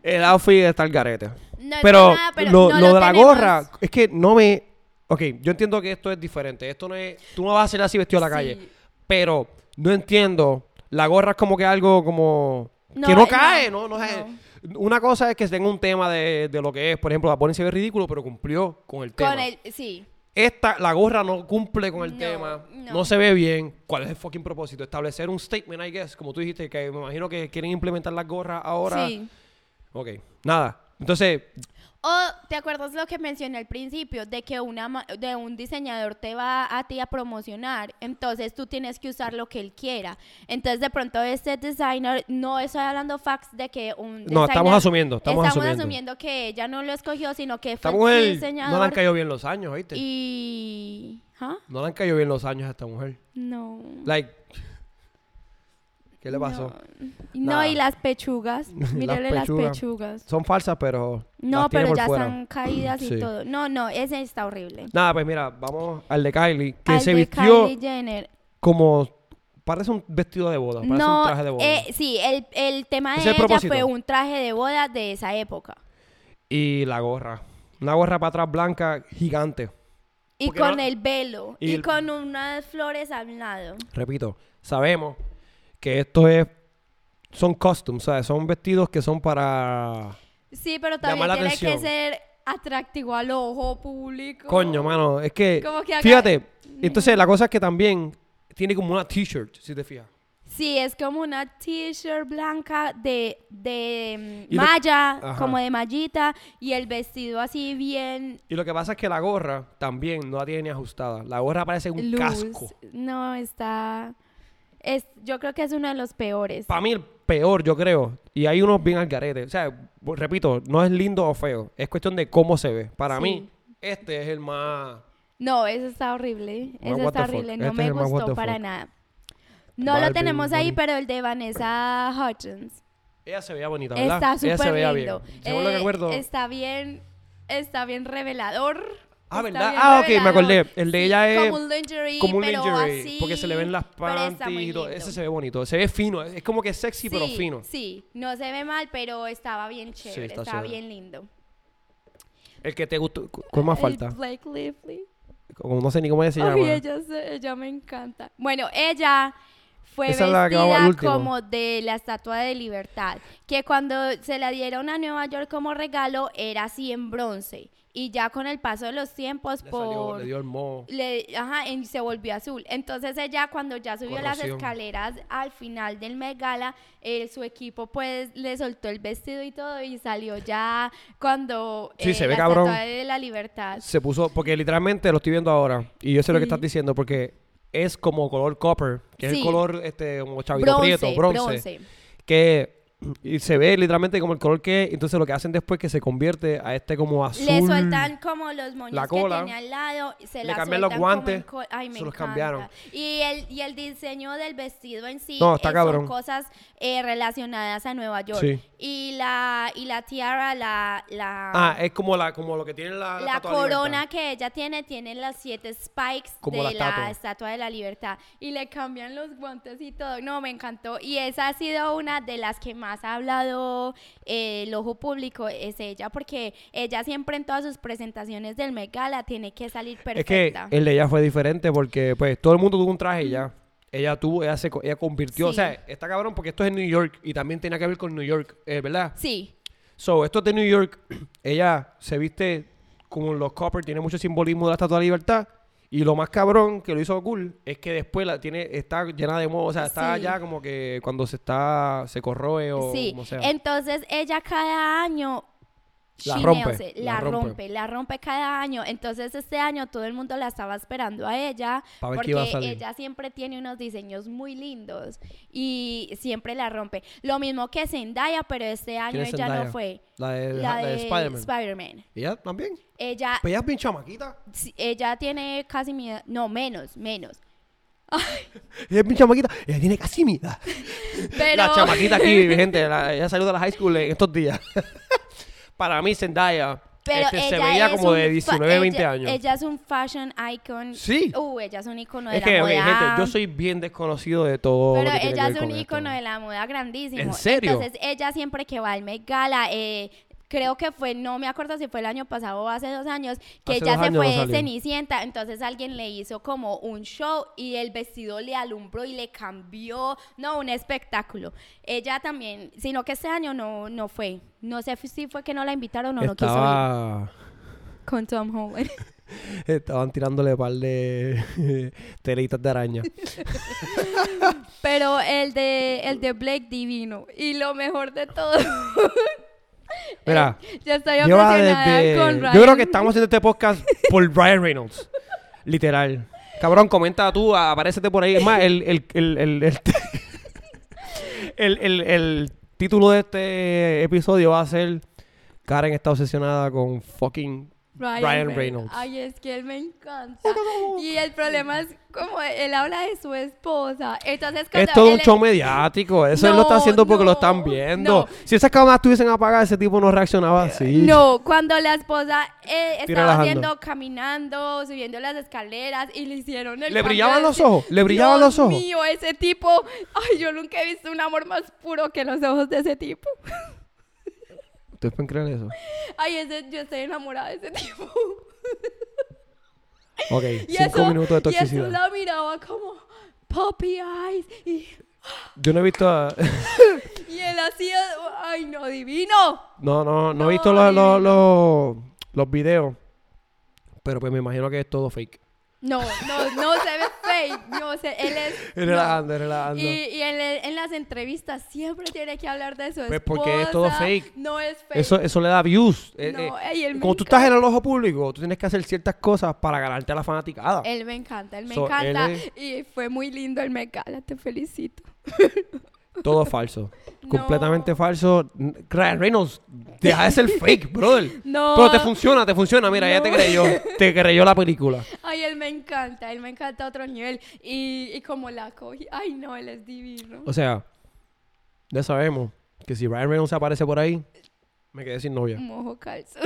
Speaker 1: El outfit está el garete.
Speaker 2: No está
Speaker 1: pero,
Speaker 2: nada, pero
Speaker 1: lo, lo
Speaker 2: no lo
Speaker 1: de la
Speaker 2: tenemos.
Speaker 1: gorra, es que no me. Ok, yo entiendo que esto es diferente. Esto no es. Tú no vas a ser así vestido a la
Speaker 2: Sí.
Speaker 1: calle. Pero no entiendo. La gorra es como que algo como.
Speaker 2: No, eh,
Speaker 1: que no
Speaker 2: no,
Speaker 1: cae, no, no, es- Una cosa es que tenga un tema de, de lo que es. Por ejemplo, la ponen se ve ridículo, pero cumplió con el tema.
Speaker 2: Con el, sí.
Speaker 1: Esta, la gorra no cumple con el
Speaker 2: No,
Speaker 1: tema, no.
Speaker 2: no.
Speaker 1: se ve bien. ¿Cuál es el fucking propósito? Establecer un statement, I guess, como tú dijiste, que me imagino que quieren implementar las gorras ahora.
Speaker 2: Sí.
Speaker 1: Ok, nada. Entonces,
Speaker 2: O, ¿te acuerdas lo que mencioné al principio? De que una ma- de un diseñador te va a ti a promocionar, entonces tú tienes que usar lo que él quiera. Entonces, de pronto, este designer, no estoy hablando facts de que un
Speaker 1: No, estamos
Speaker 2: designer-
Speaker 1: asumiendo, estamos asumiendo.
Speaker 2: que ella no lo escogió, sino que
Speaker 1: esta
Speaker 2: fue el
Speaker 1: mujer no le han
Speaker 2: diseñador
Speaker 1: caído bien los años, ¿oíste?
Speaker 2: y... ¿Ah?
Speaker 1: No le han caído bien los años a esta mujer.
Speaker 2: No.
Speaker 1: Like, ¿qué le pasó?
Speaker 2: No, No,
Speaker 1: Nada.
Speaker 2: y las pechugas. Mírale las
Speaker 1: pechugas.
Speaker 2: pechugas.
Speaker 1: Son falsas, pero.
Speaker 2: No,
Speaker 1: las tiene
Speaker 2: pero
Speaker 1: por
Speaker 2: ya
Speaker 1: fuera.
Speaker 2: están caídas y
Speaker 1: Sí.
Speaker 2: todo. No, no, ese está horrible.
Speaker 1: Nada, pues mira, vamos al de Kylie, que
Speaker 2: Al
Speaker 1: se
Speaker 2: de
Speaker 1: vistió
Speaker 2: Kylie Jenner.
Speaker 1: como. Parece un vestido de boda, parece
Speaker 2: No,
Speaker 1: un traje de boda.
Speaker 2: eh, sí, el, el tema de
Speaker 1: Ese es el
Speaker 2: ella
Speaker 1: propósito.
Speaker 2: fue un traje de boda de esa época.
Speaker 1: Y la gorra. Una gorra para atrás blanca gigante.
Speaker 2: Y
Speaker 1: Porque
Speaker 2: con
Speaker 1: no-
Speaker 2: el velo.
Speaker 1: y
Speaker 2: Y,
Speaker 1: el-
Speaker 2: con unas flores al lado.
Speaker 1: Repito, sabemos que esto es. Son costumes, ¿sabes? Son vestidos que son para.
Speaker 2: Sí, pero
Speaker 1: Llama
Speaker 2: también
Speaker 1: la
Speaker 2: tiene que
Speaker 1: atención.
Speaker 2: ser atractivo al ojo público.
Speaker 1: Coño, mano, es que.
Speaker 2: Como que haga-
Speaker 1: Fíjate, entonces la cosa es que también tiene como una t-shirt, si te fijas.
Speaker 2: Sí, es como una t-shirt blanca de, de mm,
Speaker 1: Y lo-
Speaker 2: malla,
Speaker 1: Ajá.
Speaker 2: como de mallita, y el vestido así bien
Speaker 1: Y lo que pasa es que la gorra también no la tiene ni ajustada. La gorra parece un
Speaker 2: luz.
Speaker 1: casco.
Speaker 2: No, está... Es, yo creo que es uno de los peores.
Speaker 1: Para mí el peor, yo creo. Y hay unos bien al garete. O sea, pues, repito, no es lindo o feo. Es cuestión de cómo se ve. Para
Speaker 2: Sí.
Speaker 1: mí, este es el más.
Speaker 2: No, eso está horrible.
Speaker 1: Más
Speaker 2: Eso
Speaker 1: what
Speaker 2: está
Speaker 1: the fuck.
Speaker 2: horrible. No
Speaker 1: Este es
Speaker 2: me
Speaker 1: el más what the
Speaker 2: gustó para
Speaker 1: fuck.
Speaker 2: nada. No
Speaker 1: Barbie,
Speaker 2: lo tenemos ahí,
Speaker 1: Bonnie.
Speaker 2: pero el de Vanessa Hutchins.
Speaker 1: Ella se veía bonita, ¿verdad?
Speaker 2: Está
Speaker 1: Ella se
Speaker 2: súper
Speaker 1: veía
Speaker 2: lindo.
Speaker 1: bien. Según lo que
Speaker 2: Eh,
Speaker 1: acuerdo.
Speaker 2: Está bien, está bien revelador.
Speaker 1: Ah,
Speaker 2: Está
Speaker 1: ¿verdad?
Speaker 2: bien
Speaker 1: Ah, ok, me
Speaker 2: revelador.
Speaker 1: acordé. El de ella es
Speaker 2: Como un lingerie,
Speaker 1: como un
Speaker 2: pero
Speaker 1: lingerie,
Speaker 2: así,
Speaker 1: porque se le ven las
Speaker 2: pero está
Speaker 1: panties
Speaker 2: muy
Speaker 1: y todo.
Speaker 2: lindo.
Speaker 1: Ese se ve bonito, se ve fino, es es como que sexy pero
Speaker 2: Sí,
Speaker 1: fino.
Speaker 2: Sí, no se ve mal, pero estaba bien
Speaker 1: Sí,
Speaker 2: chévere,
Speaker 1: está
Speaker 2: estaba
Speaker 1: chévere.
Speaker 2: bien lindo.
Speaker 1: El que te gustó, cu- ¿cuál más
Speaker 2: El
Speaker 1: falta?
Speaker 2: Blake Lively.
Speaker 1: Como no sé ni cómo ella se
Speaker 2: Ay,
Speaker 1: llama.
Speaker 2: ella, se- ella me encanta. Bueno, ella fue
Speaker 1: Esa es la que vamos al
Speaker 2: vestida
Speaker 1: último.
Speaker 2: como de la Estatua de Libertad, que cuando se la dieron a Nueva York como regalo era así en bronce y ya con el paso de los tiempos
Speaker 1: Le, salió,
Speaker 2: por
Speaker 1: le dio el moho.
Speaker 2: le- ajá, en- se volvió azul. Entonces ella cuando ya subió las
Speaker 1: Corrosión.
Speaker 2: escaleras al final del Met Gala, eh, su equipo pues le soltó el vestido y todo y salió ya cuando
Speaker 1: Sí,
Speaker 2: eh,
Speaker 1: se ve
Speaker 2: la
Speaker 1: cabrón.
Speaker 2: Estatua de la libertad.
Speaker 1: Se puso, porque literalmente lo estoy viendo ahora. Y yo sé lo que
Speaker 2: Sí.
Speaker 1: estás diciendo, porque es como color copper, que es el
Speaker 2: Sí.
Speaker 1: color este, como chavito prieto, bronce.
Speaker 2: bronce.
Speaker 1: Que y se ve literalmente como el color que. Entonces lo que hacen después es que se convierte a este como azul.
Speaker 2: Le sueltan como los moños
Speaker 1: La cola.
Speaker 2: que tiene al lado, se
Speaker 1: Le
Speaker 2: la
Speaker 1: cambian los
Speaker 2: sueltan como en
Speaker 1: guantes,
Speaker 2: co- Ay, me
Speaker 1: se los
Speaker 2: encanta.
Speaker 1: cambiaron.
Speaker 2: Y el, y el diseño del vestido en sí
Speaker 1: No, está
Speaker 2: eh,
Speaker 1: cabrón.
Speaker 2: son cosas eh, relacionadas a Nueva York.
Speaker 1: Sí.
Speaker 2: Y la y la tiara, la la,
Speaker 1: Ah, es como la como lo que tiene la. estatua
Speaker 2: la
Speaker 1: de la libertad.
Speaker 2: corona que ella tiene tiene las siete spikes
Speaker 1: Como
Speaker 2: de
Speaker 1: la
Speaker 2: la,
Speaker 1: estatua.
Speaker 2: estatua de la libertad y le cambian los guantes y todo. No, me encantó y esa ha sido una de las que más ha hablado eh, el ojo público es ella porque ella siempre en todas sus presentaciones del Met Gala tiene que salir perfecta.
Speaker 1: Es que el de ella fue diferente porque, pues, todo el mundo tuvo un traje y ya. Ella tuvo, ella se co- ella convirtió. O
Speaker 2: Sí.
Speaker 1: sea, está cabrón porque esto es en New York y también tenía que ver con New York, eh, ¿verdad?
Speaker 2: Sí,
Speaker 1: So, esto es de New York. Ella se viste como los copper, tiene mucho simbolismo de la Estatua de la Libertad. Y lo más cabrón que lo hizo cool es que después la tiene, está llena de moho. O sea, está
Speaker 2: Sí.
Speaker 1: ya como que cuando se está, se corroe o
Speaker 2: sí.
Speaker 1: como sea.
Speaker 2: Entonces ella cada año
Speaker 1: La
Speaker 2: she
Speaker 1: rompe,
Speaker 2: nails it,
Speaker 1: la
Speaker 2: la,
Speaker 1: rompe.
Speaker 2: rompe. la rompe cada año. Entonces este año todo el mundo la estaba esperando a ella
Speaker 1: Pa' ver qué
Speaker 2: porque
Speaker 1: iba a salir.
Speaker 2: ella siempre tiene unos diseños muy lindos y siempre la rompe. Lo mismo que Zendaya, pero este año
Speaker 1: ¿Quién es
Speaker 2: ella
Speaker 1: Zendaya? Eh,
Speaker 2: no fue.
Speaker 1: La de,
Speaker 2: La de Ah.
Speaker 1: Spider-Man.
Speaker 2: Spider-Man.
Speaker 1: ella también.
Speaker 2: ella,
Speaker 1: Pues ella es bien chamaquita.
Speaker 2: si- ella tiene casi mi edad- no menos, menos.
Speaker 1: Ella es bien chamaquita. Ella tiene casi mi edad.
Speaker 2: Pero
Speaker 1: La chamaquita aquí, gente, la- ella salió de la high school en estos días. Para mí, Zendaya
Speaker 2: Pero
Speaker 1: este, se
Speaker 2: ella
Speaker 1: veía
Speaker 2: es
Speaker 1: como
Speaker 2: un
Speaker 1: de
Speaker 2: fa-
Speaker 1: 19, 20
Speaker 2: ella-
Speaker 1: años.
Speaker 2: Ella es un fashion icon.
Speaker 1: Sí.
Speaker 2: Uh, ella es un icono de
Speaker 1: es
Speaker 2: la
Speaker 1: que, ok,
Speaker 2: moda.
Speaker 1: gente, yo soy bien desconocido de todo.
Speaker 2: Pero
Speaker 1: lo que tiene
Speaker 2: ella
Speaker 1: que
Speaker 2: es
Speaker 1: ver
Speaker 2: un
Speaker 1: con esto.
Speaker 2: icono de la moda grandísimo.
Speaker 1: ¿En serio?
Speaker 2: Entonces, ella siempre que va al Met Gala, eh, creo que fue, no me acuerdo si fue el año pasado o hace dos años, que
Speaker 1: Hace
Speaker 2: ella
Speaker 1: dos
Speaker 2: se
Speaker 1: años no
Speaker 2: fue
Speaker 1: salió.
Speaker 2: Cenicienta. Entonces, alguien le hizo como un show y el vestido le alumbró y le cambió. No, un espectáculo. Ella también, sino que este año no, no fue. No sé si fue que no la invitaron o no quiso
Speaker 1: Estaba...
Speaker 2: ir con Tom Holland.
Speaker 1: Estaban tirándole par de telitas de araña.
Speaker 2: Pero el de, el de Blake divino. Y lo mejor de todo.
Speaker 1: Mira,
Speaker 2: yo estoy
Speaker 1: lleva
Speaker 2: obsesionada
Speaker 1: desde...
Speaker 2: con Ryan.
Speaker 1: Yo creo que estamos haciendo este podcast por Brian Reynolds. Literal. Cabrón, comenta tú, aparécete por ahí. Es más, el, el, el, el, el, el- el- el título de este episodio va a ser Karen está obsesionada con fucking... Ryan Reynolds.
Speaker 2: Ay, es que él me encanta. Y el problema es como él habla de su esposa. Entonces, cuando
Speaker 1: Es todo
Speaker 2: él
Speaker 1: un
Speaker 2: le-
Speaker 1: show mediático. Eso él lo está
Speaker 2: No,
Speaker 1: haciendo porque lo
Speaker 2: no,
Speaker 1: están viendo.
Speaker 2: no. Eh,
Speaker 1: Si esas cámaras estuviesen apagadas, ese tipo no reaccionaba así.
Speaker 2: No, cuando la esposa eh,
Speaker 1: Tira
Speaker 2: estaba
Speaker 1: la
Speaker 2: haciendo, caminando, subiendo las escaleras y le hicieron el
Speaker 1: Le
Speaker 2: cambio
Speaker 1: brillaban
Speaker 2: de-
Speaker 1: los ojos, le brillaban
Speaker 2: Dios
Speaker 1: los ojos.
Speaker 2: mío, ese tipo. Ay, yo nunca he visto un amor más puro que los ojos de ese tipo.
Speaker 1: ¿Ustedes pueden creer eso?
Speaker 2: Ay, ese, yo estoy enamorada de ese tipo.
Speaker 1: Ok, cinco
Speaker 2: eso-
Speaker 1: minutos de
Speaker 2: Y eso
Speaker 1: toxicidad.
Speaker 2: la miraba como puppy eyes. Y,
Speaker 1: Yo no he visto. a-
Speaker 2: y él hacía. ¡Ay, no, divino!
Speaker 1: No, no, no, he
Speaker 2: No,
Speaker 1: visto los, los,
Speaker 2: divino.
Speaker 1: los, los videos. Pero pues me imagino que es todo fake.
Speaker 2: No, no, no se ve fake. No sé, él es.
Speaker 1: Es
Speaker 2: no.
Speaker 1: relajando, es relajando.
Speaker 2: Y, y en, el- en las entrevistas siempre tiene que hablar de eso.
Speaker 1: Pues porque es todo fake.
Speaker 2: No es fake.
Speaker 1: Eso, eso le da views. Eh,
Speaker 2: pues, No,
Speaker 1: eh,
Speaker 2: ey, él me
Speaker 1: cuando tú estás en el ojo público, tú tienes que hacer ciertas cosas para ganarte a la fanaticada.
Speaker 2: Él me encanta, él me
Speaker 1: So, él
Speaker 2: encanta.
Speaker 1: es-
Speaker 2: Y fue muy lindo el Mecala, te felicito.
Speaker 1: Todo falso.
Speaker 2: No.
Speaker 1: Completamente falso. N- Ryan Reynolds, deja de ser fake, brother.
Speaker 2: No.
Speaker 1: Pero te funciona, te funciona. Mira, ya te
Speaker 2: No.
Speaker 1: creyó. Te creyó la película.
Speaker 2: Ay, él me encanta, él me encanta a otro nivel. Y, y como la cogí, ay no, él es divino.
Speaker 1: O sea, ya sabemos que si Ryan Reynolds aparece por ahí, me quedé sin novia.
Speaker 2: Mojo calzón.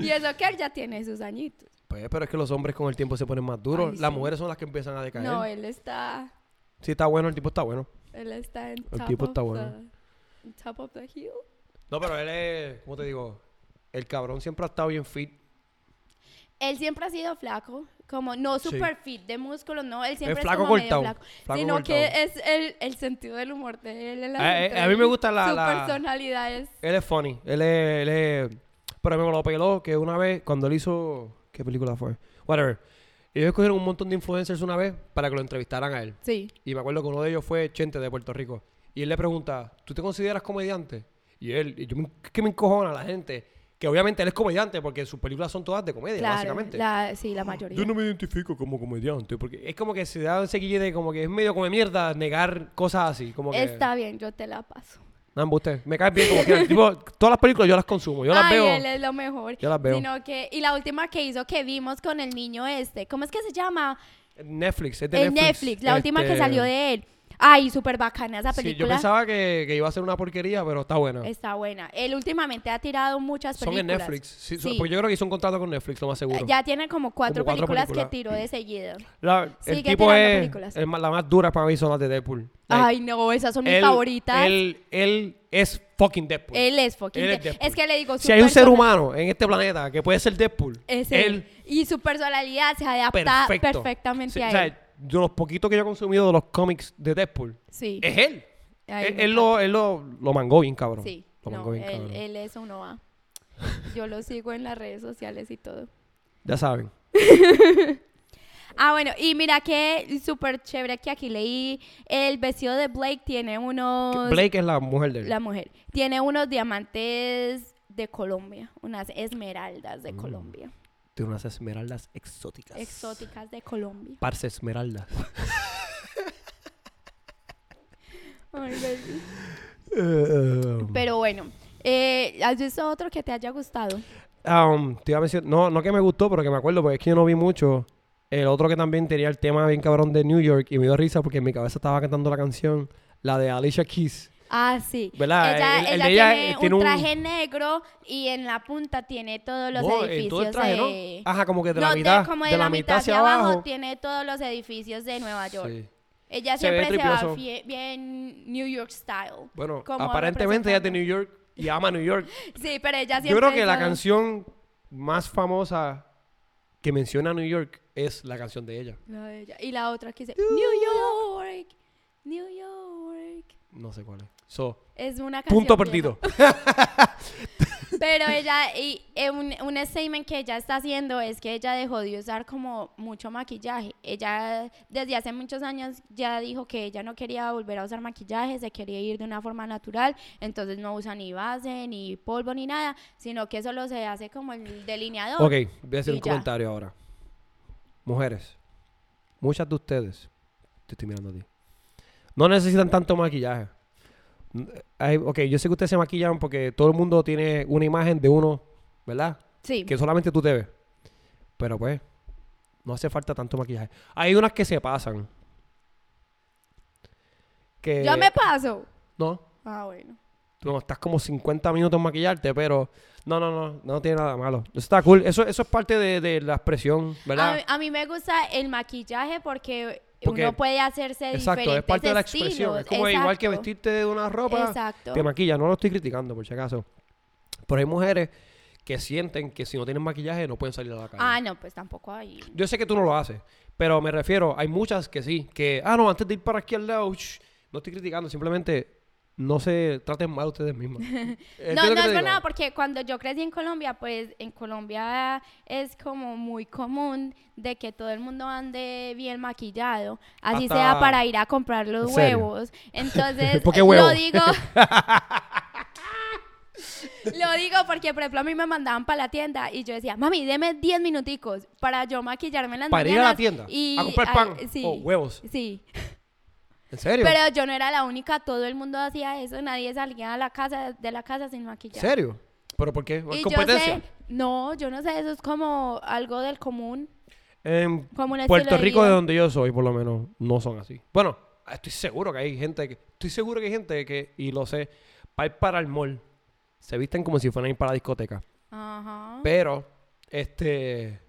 Speaker 2: y eso que él ya tiene sus añitos.
Speaker 1: Pues, pero es que los hombres con el tiempo se ponen más duros.
Speaker 2: Ay,
Speaker 1: Las
Speaker 2: sí.
Speaker 1: mujeres son las que empiezan a decaer.
Speaker 2: No, eh. él está,
Speaker 1: Si está bueno, el tipo está bueno.
Speaker 2: él está en
Speaker 1: El
Speaker 2: top
Speaker 1: tipo
Speaker 2: of
Speaker 1: está bueno.
Speaker 2: the- en top of the hill.
Speaker 1: No, pero él es, ¿cómo te digo? El cabrón siempre ha estado bien fit.
Speaker 2: él siempre ha sido flaco, como no
Speaker 1: Sí.
Speaker 2: super fit de músculo, no, él siempre es,
Speaker 1: flaco
Speaker 2: como medio
Speaker 1: cortado,
Speaker 2: flaco,
Speaker 1: flaco
Speaker 2: sino que
Speaker 1: cortado. Eh,
Speaker 2: es el, el sentido del humor de él. en las
Speaker 1: A- a- a mí
Speaker 2: entrevistas,
Speaker 1: me gusta la-
Speaker 2: Su
Speaker 1: la-
Speaker 2: personalidad es...
Speaker 1: Él es funny. Él es, él es- Pero me lo peló que una vez, cuando él hizo... ¿Qué película fue? Whatever. Ellos escogieron un montón de influencers una vez para que lo entrevistaran a él.
Speaker 2: Sí.
Speaker 1: Y me acuerdo que uno de ellos fue Chente de Puerto Rico. Y él le pregunta, ¿tú te consideras comediante? Y él, y yo me, que me encojona la gente. Que obviamente él es comediante porque sus películas son todas de comedia,
Speaker 2: Claro,
Speaker 1: básicamente.
Speaker 2: la, sí, la mayoría.
Speaker 1: Yo no me identifico como comediante, porque es como que se da ese guille de como que es medio como de mierda negar cosas así. Como que,
Speaker 2: Está bien, yo te la paso.
Speaker 1: No, usted, me cae bien como que tipo, todas las películas yo las consumo, yo las
Speaker 2: Ay,
Speaker 1: veo.
Speaker 2: él es lo mejor.
Speaker 1: Yo las veo.
Speaker 2: Sino que, y la última que hizo que vimos con el niño este, ¿cómo es que se llama?
Speaker 1: Netflix, es de
Speaker 2: En
Speaker 1: Netflix.
Speaker 2: Netflix, la última que
Speaker 1: Este,
Speaker 2: salió de él. Ay, súper bacana esa
Speaker 1: Sí, yo
Speaker 2: película.
Speaker 1: pensaba que, que iba a ser una porquería, pero está buena.
Speaker 2: Está buena. Él últimamente ha tirado muchas
Speaker 1: Son
Speaker 2: películas.
Speaker 1: en Netflix. Sí, son-
Speaker 2: Sí.
Speaker 1: Porque yo creo que hizo un contrato con Netflix, lo más seguro.
Speaker 2: Ya tiene como cuatro,
Speaker 1: cuatro
Speaker 2: películas,
Speaker 1: películas.
Speaker 2: que tiró de seguido.
Speaker 1: La- el
Speaker 2: sigue
Speaker 1: tipo
Speaker 2: tirando
Speaker 1: es.
Speaker 2: películas.
Speaker 1: el más- la más dura para mí son las de Deadpool. Like,
Speaker 2: Ay, no, esas son mis
Speaker 1: él-
Speaker 2: favoritas. Él,
Speaker 1: Él, él es fucking Deadpool.
Speaker 2: es fucking.
Speaker 1: él es
Speaker 2: de-
Speaker 1: Deadpool.
Speaker 2: es que le digo,
Speaker 1: si hay un ser
Speaker 2: persona-
Speaker 1: humano en este planeta que puede ser Deadpool,
Speaker 2: es
Speaker 1: él
Speaker 2: él. Y su personalidad se adapta
Speaker 1: perfecto.
Speaker 2: perfectamente
Speaker 1: Sí,
Speaker 2: a
Speaker 1: o
Speaker 2: él.
Speaker 1: sea, de los poquitos que yo he consumido de los cómics de Deadpool,
Speaker 2: sí.
Speaker 1: es él.
Speaker 2: Ay,
Speaker 1: él,
Speaker 2: me
Speaker 1: él Eh, lo, él lo, lo mangó bien, cabrón.
Speaker 2: Sí,
Speaker 1: Lo
Speaker 2: no,
Speaker 1: mangó bien,
Speaker 2: él,
Speaker 1: cabrón.
Speaker 2: él es uno A. Yo lo sigo en las redes sociales y todo.
Speaker 1: Ya saben.
Speaker 2: Ah, bueno, y mira que súper chévere que aquí leí. El vestido de Blake tiene unos...
Speaker 1: Blake es la mujer de él.
Speaker 2: La mujer. Tiene unos diamantes de Colombia, unas esmeraldas
Speaker 1: Mm,
Speaker 2: de Colombia,
Speaker 1: Tiene unas esmeraldas exóticas.
Speaker 2: exóticas de Colombia.
Speaker 1: Parce esmeraldas.
Speaker 2: Ay, baby.
Speaker 1: Um,
Speaker 2: Pero bueno, eh, ¿has visto otro que te haya gustado?
Speaker 1: um, te iba a mencionar- no, no que me gustó, pero que me acuerdo, porque es que yo no vi mucho. El otro que también tenía el tema bien cabrón de New York y me dio risa porque en mi cabeza estaba cantando la canción, la de Alicia Keys.
Speaker 2: Ah, sí.
Speaker 1: ¿Verdad?
Speaker 2: Ella,
Speaker 1: El- el
Speaker 2: ella
Speaker 1: de ella,
Speaker 2: tiene,
Speaker 1: eh, tiene
Speaker 2: un
Speaker 1: un-
Speaker 2: traje negro y en la punta tiene todos los
Speaker 1: No,
Speaker 2: edificios
Speaker 1: en todo el traje, ¿no?
Speaker 2: de-
Speaker 1: Ajá, como que de
Speaker 2: No,
Speaker 1: la
Speaker 2: de-
Speaker 1: mitad,
Speaker 2: como
Speaker 1: de,
Speaker 2: de,
Speaker 1: la mitad hacia abajo.
Speaker 2: tiene todos los edificios de Nueva York.
Speaker 1: Sí.
Speaker 2: Ella
Speaker 1: Se ve
Speaker 2: siempre se, va
Speaker 1: tripioso.
Speaker 2: fie- bien New York style.
Speaker 1: Bueno,
Speaker 2: como
Speaker 1: aparentemente ella es de
Speaker 2: representando.
Speaker 1: New York y ama New York.
Speaker 2: Sí, pero ella siempre
Speaker 1: Yo creo que la
Speaker 2: hizo-
Speaker 1: canción más famosa que menciona a New York es la canción de ella.
Speaker 2: La de ella. Y la otra que dice New York, New York.
Speaker 1: No sé cuál es. So,
Speaker 2: Es una canción
Speaker 1: punto
Speaker 2: vieja.
Speaker 1: perdido.
Speaker 2: Pero ella, y, eh, un, un statement que ella está haciendo es que ella dejó de usar como mucho maquillaje. Ella desde hace muchos años ya dijo que ella no quería volver a usar maquillaje, se quería ir de una forma natural, entonces no usa ni base, ni polvo, ni nada, sino que solo se hace como el delineador.
Speaker 1: Ok, voy a hacer
Speaker 2: Ah, Y
Speaker 1: un
Speaker 2: ya.
Speaker 1: comentario ahora. Mujeres, muchas de ustedes, te estoy mirando a ti, no necesitan tanto maquillaje. N- eh, hay- ok, yo sé que ustedes se maquillan porque todo el mundo tiene una imagen de uno, ¿verdad?
Speaker 2: Sí.
Speaker 1: Que solamente tú te ves. Pero pues, no hace falta tanto maquillaje. Hay unas que se pasan. Que,
Speaker 2: Yo me paso.
Speaker 1: No,
Speaker 2: Ah, bueno.
Speaker 1: tú no estás como 50 minutos en maquillarte, pero no, no, no, no tiene nada malo. Eso está cool. Eso, eso es parte de, de la expresión,
Speaker 2: A,
Speaker 1: ¿verdad?
Speaker 2: mí- a mí me gusta el maquillaje porque,
Speaker 1: Porque-
Speaker 2: uno puede hacerse
Speaker 1: Exacto,
Speaker 2: diferentes
Speaker 1: es parte de la
Speaker 2: estilos.
Speaker 1: expresión. Es como igual que
Speaker 2: Exacto.
Speaker 1: vestirte de una ropa,
Speaker 2: Exacto.
Speaker 1: te maquillas. No lo estoy criticando, por si acaso. Pero hay mujeres que sienten que si no tienen maquillaje no pueden salir a la calle.
Speaker 2: Ah, no, pues tampoco hay.
Speaker 1: Yo sé que tú no lo haces, pero me refiero, hay muchas que sí, que, ah, no, antes de ir para aquí al lado, shh, no estoy criticando, simplemente no se traten mal ustedes mismas.
Speaker 2: No, no es por nada, porque cuando yo crecí en Colombia, pues en Colombia es como muy común de que todo el mundo ande bien maquillado, así
Speaker 1: Hasta-
Speaker 2: sea para ir a comprar los
Speaker 1: ¿En serio?
Speaker 2: huevos. Entonces,
Speaker 1: ¿Por qué
Speaker 2: eh,
Speaker 1: huevo?
Speaker 2: lo digo. Lo digo porque, por ejemplo, a mí me mandaban para la tienda y yo decía, mami, deme 10 minuticos para yo maquillarme en las
Speaker 1: Para ir a la
Speaker 2: mañanas
Speaker 1: tienda,
Speaker 2: y-
Speaker 1: a comprar
Speaker 2: ay,
Speaker 1: pan
Speaker 2: sí,
Speaker 1: o huevos.
Speaker 2: Sí.
Speaker 1: ¿En serio?
Speaker 2: Pero yo no era la única, todo el mundo hacía eso, nadie salía a la casa, de la casa sin
Speaker 1: ¿En
Speaker 2: maquillar.
Speaker 1: serio? ¿Pero por qué? ¿Es
Speaker 2: Y
Speaker 1: competencia?
Speaker 2: Yo sé, no, yo no sé, eso es como algo del común.
Speaker 1: En
Speaker 2: Como un
Speaker 1: Puerto
Speaker 2: estilo de
Speaker 1: Rico,
Speaker 2: vida.
Speaker 1: de donde yo soy, por lo menos, no son así. Bueno, estoy seguro que hay gente que... Estoy seguro que hay gente que, y lo sé, para ir para el mall, se visten como si fueran a ir para la discoteca.
Speaker 2: Ah. Ajá.
Speaker 1: Pero, este.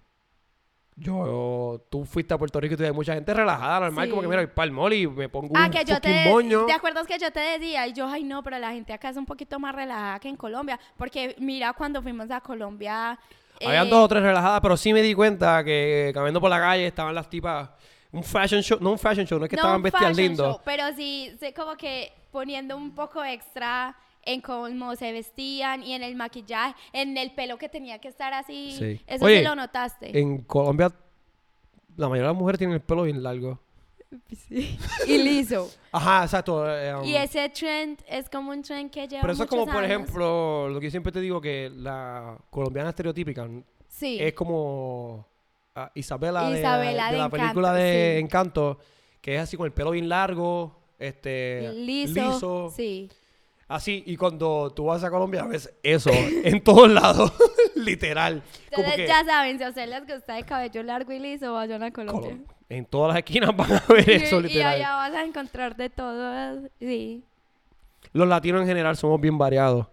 Speaker 1: Yo, tú fuiste a Puerto Rico y tú hay mucha gente relajada, normal, como que
Speaker 2: Sí.
Speaker 1: mira, voy para el mall y me pongo
Speaker 2: Ah,
Speaker 1: un
Speaker 2: que yo
Speaker 1: fucking
Speaker 2: te.
Speaker 1: moño.
Speaker 2: ¿Te acuerdas que yo te decía? Y yo, ay, no, pero la gente acá es un poquito más relajada que en Colombia. Porque mira, cuando fuimos a Colombia.
Speaker 1: Habían
Speaker 2: eh,
Speaker 1: dos o tres relajadas, pero sí me di cuenta que caminando por la calle estaban las tipas. Un fashion show, no un fashion show, no es que
Speaker 2: no
Speaker 1: estaban
Speaker 2: un
Speaker 1: bestias
Speaker 2: fashion
Speaker 1: lindos.
Speaker 2: show, pero sí, sí, como que poniendo un poco extra en cómo se vestían y en el maquillaje, en el pelo que tenía que estar así.
Speaker 1: Sí.
Speaker 2: Eso
Speaker 1: Oye,
Speaker 2: sí lo notaste.
Speaker 1: En Colombia, la mayoría de las mujeres tienen el pelo bien largo.
Speaker 2: Sí. y liso.
Speaker 1: Ajá, exacto. eh, um,
Speaker 2: Y ese trend es como un trend que lleva
Speaker 1: pero eso es como,
Speaker 2: muchos
Speaker 1: por
Speaker 2: años.
Speaker 1: ejemplo, lo que yo siempre te digo que la colombiana estereotípica
Speaker 2: Sí.
Speaker 1: es como ah, Isabela, de-
Speaker 2: Isabela
Speaker 1: de,
Speaker 2: de
Speaker 1: la
Speaker 2: Encanto,
Speaker 1: película de
Speaker 2: sí.
Speaker 1: Encanto, que es así con el pelo bien largo, este,
Speaker 2: liso.
Speaker 1: liso.
Speaker 2: Sí.
Speaker 1: Así, y cuando tú vas a Colombia ves eso en todos lados, literal. Como
Speaker 2: Entonces
Speaker 1: que
Speaker 2: ya saben, si a ustedes les gusta el cabello largo y liso, vayan a Colombia.
Speaker 1: Colo- en todas las esquinas van a ver
Speaker 2: Y-
Speaker 1: eso,
Speaker 2: y,
Speaker 1: literal.
Speaker 2: allá vas a encontrar de todo. Sí.
Speaker 1: Los latinos en general somos bien variados,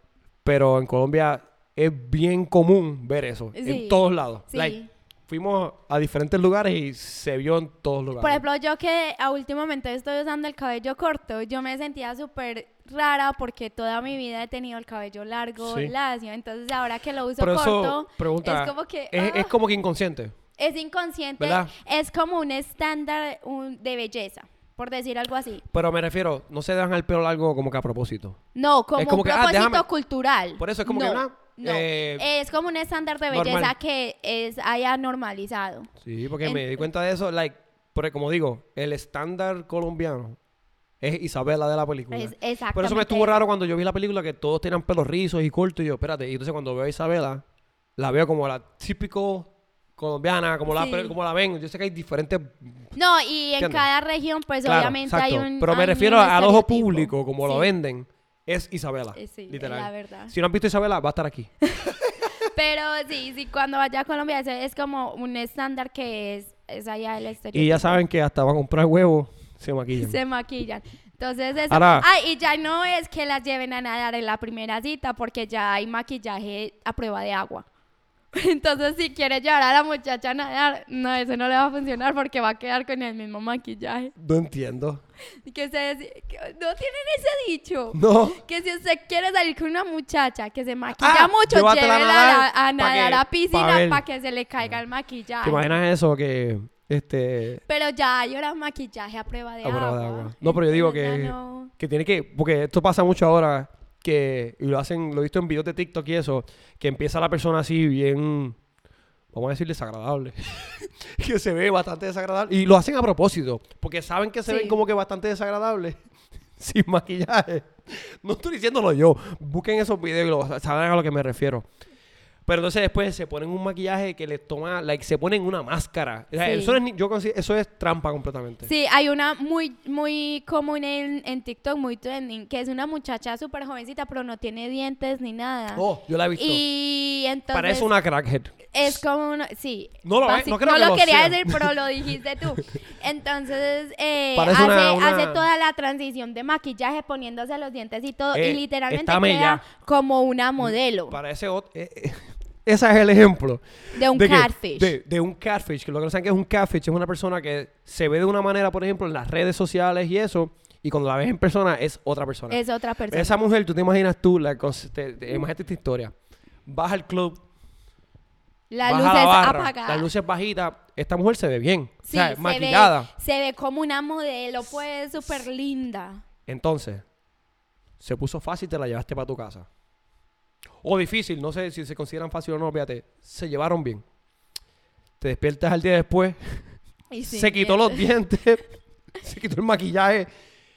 Speaker 1: pero en Colombia es bien común ver eso,
Speaker 2: Sí.
Speaker 1: en todos lados.
Speaker 2: Sí.
Speaker 1: Like, fuimos a diferentes lugares y se vio en todos lugares.
Speaker 2: Por ejemplo, yo que ah, últimamente estoy usando el cabello corto, yo me sentía súper rara porque toda mi vida he tenido el cabello largo,
Speaker 1: Sí.
Speaker 2: lacio. Entonces ahora que lo uso
Speaker 1: Pero eso,
Speaker 2: corto,
Speaker 1: pregunta,
Speaker 2: es como que...
Speaker 1: es,
Speaker 2: ah,
Speaker 1: es como que inconsciente.
Speaker 2: es inconsciente,
Speaker 1: ¿Verdad?
Speaker 2: es como un estándar un- de belleza, por decir algo así.
Speaker 1: Pero me refiero, no se dejan el pelo largo como que a propósito.
Speaker 2: No, como,
Speaker 1: Es como
Speaker 2: un
Speaker 1: que, ah,
Speaker 2: propósito
Speaker 1: déjame-
Speaker 2: cultural.
Speaker 1: Por eso es como que
Speaker 2: No,
Speaker 1: una,
Speaker 2: no.
Speaker 1: eh,
Speaker 2: es como un estándar de
Speaker 1: normal.
Speaker 2: belleza que es haya normalizado.
Speaker 1: Sí, porque
Speaker 2: En-
Speaker 1: me di cuenta de eso, like, porque como digo, el estándar colombiano es Isabela de la película.
Speaker 2: Es exactamente.
Speaker 1: Por eso me estuvo raro cuando yo vi la película que todos tenían pelos rizos y cortos. Y yo, espérate. Y entonces cuando veo a Isabela, la veo como la típico colombiana, como, la,
Speaker 2: Sí.
Speaker 1: pero como la ven. Yo sé que hay diferentes.
Speaker 2: No, y en
Speaker 1: ¿Entiendes?
Speaker 2: cada región, pues
Speaker 1: Claro,
Speaker 2: obviamente
Speaker 1: exacto.
Speaker 2: hay un.
Speaker 1: Pero me
Speaker 2: hay un
Speaker 1: refiero al ojo
Speaker 2: estereotipo.
Speaker 1: público, como lo
Speaker 2: Sí.
Speaker 1: venden, es Isabela.
Speaker 2: Eh, sí, es
Speaker 1: literal.
Speaker 2: la verdad.
Speaker 1: Si no han visto Isabela, va a estar aquí.
Speaker 2: Pero sí, sí, cuando vaya a Colombia, ese es como un estándar que es, es allá el exterior.
Speaker 1: y ya saben que hasta van a comprar huevos, se maquillan.
Speaker 2: Se maquillan. Entonces, eso.
Speaker 1: Ahora-
Speaker 2: Ah, y ya no es que las lleven a nadar en la primera cita, porque ya hay maquillaje a prueba de agua. Entonces, si quieres llevar a la muchacha a nadar, no, eso no le va a funcionar porque va a quedar con el mismo maquillaje.
Speaker 1: No entiendo.
Speaker 2: Y Que ustedes que no tienen ese dicho.
Speaker 1: No.
Speaker 2: Que si usted quiere salir con una muchacha que se maquilla
Speaker 1: Ah,
Speaker 2: mucho,
Speaker 1: llévatela a
Speaker 2: llévela
Speaker 1: nadar
Speaker 2: a, a
Speaker 1: pa'
Speaker 2: nadar
Speaker 1: que-
Speaker 2: a
Speaker 1: pa'
Speaker 2: piscina
Speaker 1: ver.
Speaker 2: para que se le caiga el maquillaje.
Speaker 1: ¿Te imaginas eso que este
Speaker 2: Pero ya hay ahora maquillaje a prueba de,
Speaker 1: a prueba
Speaker 2: agua.
Speaker 1: de agua? No, Ah, pero yo digo
Speaker 2: Entonces ya
Speaker 1: que,
Speaker 2: no.
Speaker 1: que tiene que, porque esto pasa mucho ahora, que y lo hacen, lo he visto en videos de TikTok y eso, que empieza la persona así bien, vamos a decir desagradable, que se ve bastante desagradable, y lo hacen a propósito, porque saben que se
Speaker 2: Sí.
Speaker 1: ven como que bastante desagradables, sin maquillaje. No estoy diciéndolo yo, busquen esos videos y lo, saben a lo que me refiero. Pero entonces después se ponen un maquillaje que les toma, like, se ponen una máscara. O sea,
Speaker 2: Sí.
Speaker 1: eso, no es ni- yo considero- eso es trampa completamente.
Speaker 2: Sí, hay una muy, muy común en, en TikTok, muy trending, que es una muchacha súper jovencita, pero no tiene dientes ni nada.
Speaker 1: Oh, yo la he visto.
Speaker 2: Ah. y entonces
Speaker 1: Parece una crackhead.
Speaker 2: es como uno, sí,
Speaker 1: No lo es,
Speaker 2: basi-
Speaker 1: no creo que
Speaker 2: lo
Speaker 1: lo
Speaker 2: quería
Speaker 1: sea.
Speaker 2: decir, pero lo dijiste tú. Entonces eh, hace,
Speaker 1: Parece una- una-
Speaker 2: hace toda la transición de maquillaje poniéndose los dientes y todo,
Speaker 1: Eh,
Speaker 2: y literalmente
Speaker 1: está
Speaker 2: queda
Speaker 1: mella.
Speaker 2: como una modelo
Speaker 1: Parece otro. eh, ese es el ejemplo.
Speaker 2: de un
Speaker 1: ¿De qué?
Speaker 2: catfish.
Speaker 1: De, de un catfish. Que lo que no saben que es un catfish es una persona que se ve de una manera, por ejemplo, en las redes sociales y eso. Y cuando la ves en persona, es otra persona.
Speaker 2: Es otra persona.
Speaker 1: Esa mujer, tú te imaginas tú, la, cos- te- te- imagínate esta historia. Vas al club,
Speaker 2: la
Speaker 1: vas
Speaker 2: luz es
Speaker 1: a la barra,
Speaker 2: apagada.
Speaker 1: las luces bajitas. Esta mujer se ve bien, o
Speaker 2: Sí,
Speaker 1: sea,
Speaker 2: se ve-
Speaker 1: maquillada.
Speaker 2: Se ve, como una modelo, pues, súper linda.
Speaker 1: Entonces, se puso fácil, te la llevaste para tu casa. O difícil, no sé si se consideran fácil o no, fíjate, se llevaron bien. Te despiertas al día después,
Speaker 2: Y sin
Speaker 1: se quitó los
Speaker 2: dientes.
Speaker 1: dientes, se quitó el maquillaje.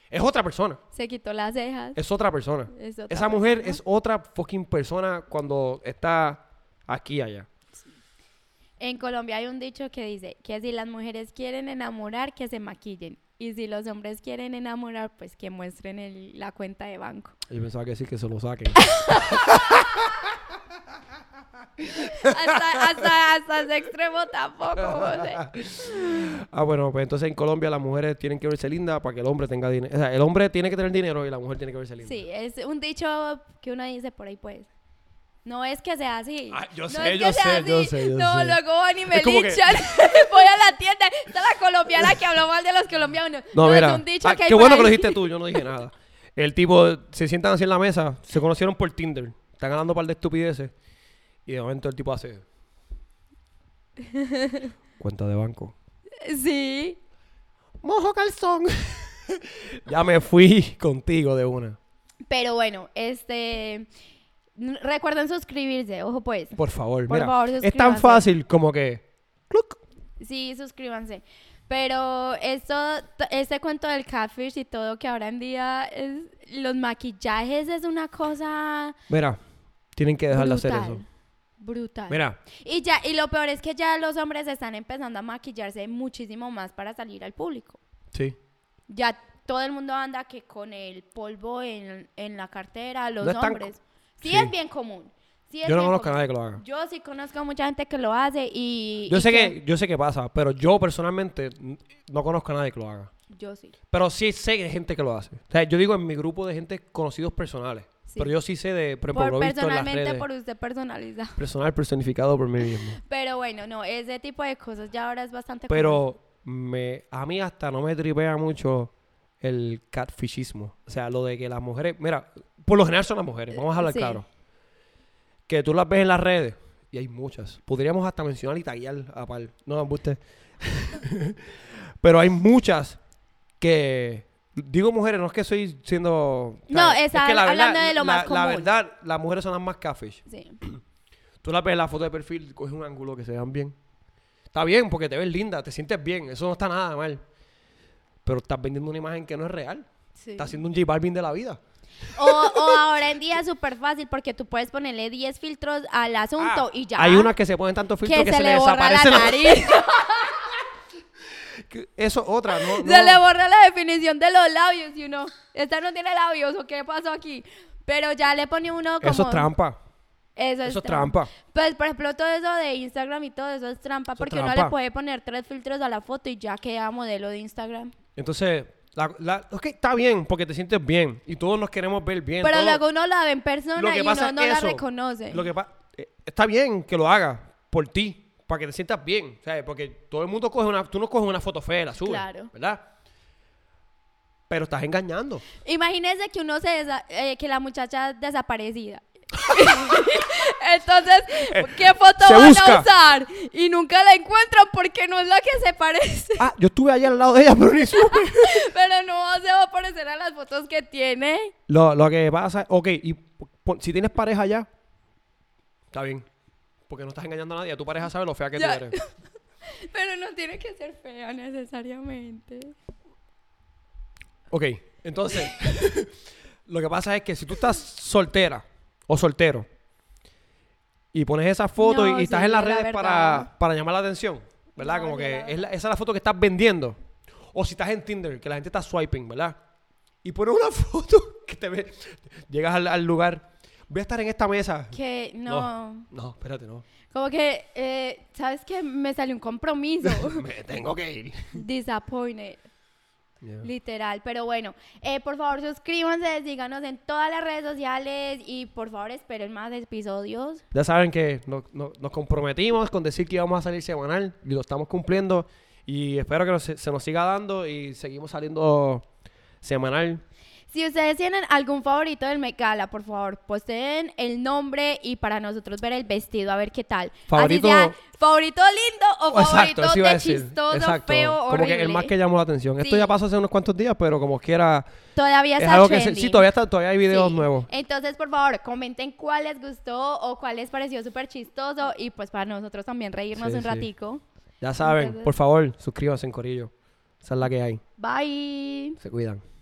Speaker 1: Es otra persona,
Speaker 2: Se quitó las cejas.
Speaker 1: es otra persona.
Speaker 2: Es otra
Speaker 1: Esa mujer
Speaker 2: persona.
Speaker 1: es otra fucking persona cuando está aquí allá.
Speaker 2: En Colombia hay un dicho que dice que si las mujeres quieren enamorar, que se maquillen. Y si los hombres quieren enamorar, pues que muestren el- la cuenta de banco.
Speaker 1: Yo pensaba que decir que se lo saquen.
Speaker 2: Hasta, hasta, hasta ese extremo tampoco, José.
Speaker 1: ah, bueno, pues entonces en Colombia las mujeres tienen que verse lindas para que el hombre tenga dinero. O sea, el hombre tiene que tener dinero y la mujer tiene que verse linda.
Speaker 2: Sí, es un dicho que uno dice por ahí, pues. No es que sea así.
Speaker 1: Ah, yo
Speaker 2: No
Speaker 1: sé,
Speaker 2: es
Speaker 1: yo
Speaker 2: que sea
Speaker 1: sé, yo sé, yo
Speaker 2: no,
Speaker 1: sé.
Speaker 2: luego van y me
Speaker 1: Es como que-
Speaker 2: linchan. Voy a la tienda. Está la colombiana que habló mal de los colombianos.
Speaker 1: No, mira.
Speaker 2: Es un dicho
Speaker 1: ah,
Speaker 2: que hay
Speaker 1: qué
Speaker 2: por
Speaker 1: bueno que
Speaker 2: ahí.
Speaker 1: lo dijiste tú, yo no dije nada. El tipo, se sientan así en la mesa, se conocieron por Tinder, están hablando un par de estupideces. Y de momento el tipo hace. Cuenta de banco.
Speaker 2: Sí.
Speaker 1: Mojo calzón. ya me fui contigo de una.
Speaker 2: Pero bueno, este. n- Recuerden suscribirse, ojo pues.
Speaker 1: Por favor,
Speaker 2: Por
Speaker 1: mira.
Speaker 2: favor,
Speaker 1: es tan
Speaker 2: suscríbanse.
Speaker 1: fácil como que. cluc.
Speaker 2: Sí, suscríbanse. Pero esto, t- este cuento del catfish y todo que ahora en día es. Los maquillajes es una cosa.
Speaker 1: Mira, tienen que dejar de hacer
Speaker 2: brutal,
Speaker 1: eso.
Speaker 2: Brutal.
Speaker 1: Mira,
Speaker 2: Y ya, y lo peor es que ya los hombres están empezando a maquillarse muchísimo más para salir al público.
Speaker 1: sí.
Speaker 2: Ya todo el mundo anda que con el polvo en, en la cartera, los
Speaker 1: No es tan
Speaker 2: hombres. Sí,
Speaker 1: sí.
Speaker 2: es bien común. Sí es
Speaker 1: Yo no
Speaker 2: bien
Speaker 1: conozco a
Speaker 2: común.
Speaker 1: nadie que lo haga.
Speaker 2: Yo sí conozco a mucha gente que lo hace y...
Speaker 1: Yo
Speaker 2: y
Speaker 1: sé que, yo sé que pasa, pero yo personalmente n- no conozco a nadie que lo haga.
Speaker 2: Yo sí.
Speaker 1: Pero sí sé que hay gente que lo hace. O sea, yo digo en mi grupo de gente conocidos personales.
Speaker 2: Sí.
Speaker 1: Pero yo sí sé de, por ejemplo,
Speaker 2: Por
Speaker 1: lo he visto en las
Speaker 2: personalmente,
Speaker 1: redes.
Speaker 2: por usted personalizado.
Speaker 1: Personal personificado por mí mismo.
Speaker 2: Pero bueno, no, ese tipo de cosas ya ahora es bastante común.
Speaker 1: Pero me, a mí hasta no me tripea mucho el catfishismo. O sea, lo de que las mujeres... Mira, por lo general son las mujeres, vamos a hablar
Speaker 2: sí.
Speaker 1: claro. Que tú las ves en las redes, y hay muchas. Podríamos hasta mencionar y taggear a par. No, embuste. Pero hay muchas que... Digo mujeres, no es que estoy siendo...
Speaker 2: No,
Speaker 1: ¿sabes?
Speaker 2: está
Speaker 1: la
Speaker 2: hablando de
Speaker 1: la-
Speaker 2: lo más
Speaker 1: La
Speaker 2: común.
Speaker 1: verdad, las mujeres son las más catfish.
Speaker 2: Sí.
Speaker 1: Tú la ves en la foto de perfil, coges un ángulo que se vean bien. Está bien porque te ves linda, te sientes bien, eso no está nada mal. Pero estás vendiendo una imagen que no es real.
Speaker 2: sí.
Speaker 1: Estás haciendo un J Balvin de la vida.
Speaker 2: O, o ahora en día es súper fácil porque tú puedes ponerle 10 filtros al asunto
Speaker 1: Ah,
Speaker 2: y ya.
Speaker 1: Hay unas que se ponen tantos filtros
Speaker 2: que,
Speaker 1: que,
Speaker 2: se, le borra la
Speaker 1: desaparece la-
Speaker 2: nariz,
Speaker 1: que- Eso es otra, ¿no? no.
Speaker 2: se le borra la definición de los labios y uno, esta no tiene labios o qué pasó aquí. Pero ya le pone uno como...
Speaker 1: Eso es trampa.
Speaker 2: Eso es,
Speaker 1: Eso es trampa.
Speaker 2: Pues, por ejemplo, todo eso de Instagram y todo eso es trampa
Speaker 1: Eso es
Speaker 2: porque uno
Speaker 1: trampa.
Speaker 2: le puede poner tres filtros a la foto y ya queda modelo de Instagram.
Speaker 1: Entonces, la, la- ok, está bien porque te sientes bien y todos nos queremos ver bien.
Speaker 2: Pero
Speaker 1: todos-
Speaker 2: luego uno la ve en
Speaker 1: lo
Speaker 2: persona
Speaker 1: que
Speaker 2: y
Speaker 1: pasa
Speaker 2: uno no
Speaker 1: es
Speaker 2: la
Speaker 1: eso.
Speaker 2: reconoce.
Speaker 1: Lo que pa- eh, está bien que lo hagas por ti, para que te sientas bien, ¿sabes? Porque todo el mundo coge una, tú no coges una foto fea, y la subes,
Speaker 2: Claro.
Speaker 1: ¿verdad? Pero estás engañando.
Speaker 2: Imagínese que uno se desa- eh, que la muchacha es desaparecida. Entonces, ¿qué foto
Speaker 1: Eh, se
Speaker 2: van
Speaker 1: busca.
Speaker 2: a usar? Y nunca la encuentran porque no es la que se parece.
Speaker 1: Ah, yo estuve allá al lado de ella, pero ni supe.
Speaker 2: Pero no se va a parecer a las fotos que tiene.
Speaker 1: lo, lo que pasa, ok, y pon- si tienes pareja ya, está bien. Porque no estás engañando a nadie, tu pareja sabe lo fea que
Speaker 2: Ya.
Speaker 1: tú eres.
Speaker 2: Pero no tiene que ser fea necesariamente.
Speaker 1: Ok, entonces, lo que pasa es que si tú estás soltera o soltero y pones esa foto
Speaker 2: No,
Speaker 1: y, y estás
Speaker 2: sí,
Speaker 1: en las
Speaker 2: la
Speaker 1: redes
Speaker 2: verdad.
Speaker 1: para, para llamar la atención, ¿verdad?
Speaker 2: No,
Speaker 1: Como
Speaker 2: sí,
Speaker 1: que
Speaker 2: la
Speaker 1: es la- esa es la foto que estás vendiendo. O si estás en Tinder, que la gente está swiping, ¿verdad? Y pones una foto que te ve, llegas al, al lugar, voy a estar en esta mesa.
Speaker 2: Que no.
Speaker 1: No, no, espérate, no.
Speaker 2: Como que, eh, ¿sabes qué? Me salió un compromiso.
Speaker 1: Me tengo que ir.
Speaker 2: Disappointed.
Speaker 1: Yeah.
Speaker 2: Literal, pero bueno, eh, por favor suscríbanse, síganos en todas las redes sociales y por favor esperen más episodios.
Speaker 1: Ya saben que no- no- nos comprometimos con decir que íbamos a salir semanal y lo estamos cumpliendo. Y espero que nos- se nos siga dando y seguimos saliendo semanal.
Speaker 2: Si ustedes tienen algún favorito del Mecala, por favor, posteen el nombre y para nosotros ver el vestido, a ver qué tal.
Speaker 1: Favorito-
Speaker 2: Así sea, favorito lindo o favorito
Speaker 1: eso iba a
Speaker 2: de
Speaker 1: decir.
Speaker 2: chistoso,
Speaker 1: Exacto.
Speaker 2: feo, horrible.
Speaker 1: Como que el más que llamó la atención. Esto
Speaker 2: Sí.
Speaker 1: ya pasó hace unos cuantos días, pero como quiera.
Speaker 2: Todavía
Speaker 1: Es
Speaker 2: está
Speaker 1: algo que se-
Speaker 2: trending.
Speaker 1: sí, todavía, está, todavía hay videos
Speaker 2: Sí.
Speaker 1: nuevos.
Speaker 2: Entonces, por favor, comenten cuál les gustó o cuál les pareció súper chistoso y pues para nosotros también reírnos
Speaker 1: Sí,
Speaker 2: un
Speaker 1: sí.
Speaker 2: ratico.
Speaker 1: Ya saben,
Speaker 2: Entonces-
Speaker 1: por favor, suscríbanse en Corillo. Esa es la que hay.
Speaker 2: Bye.
Speaker 1: Se cuidan.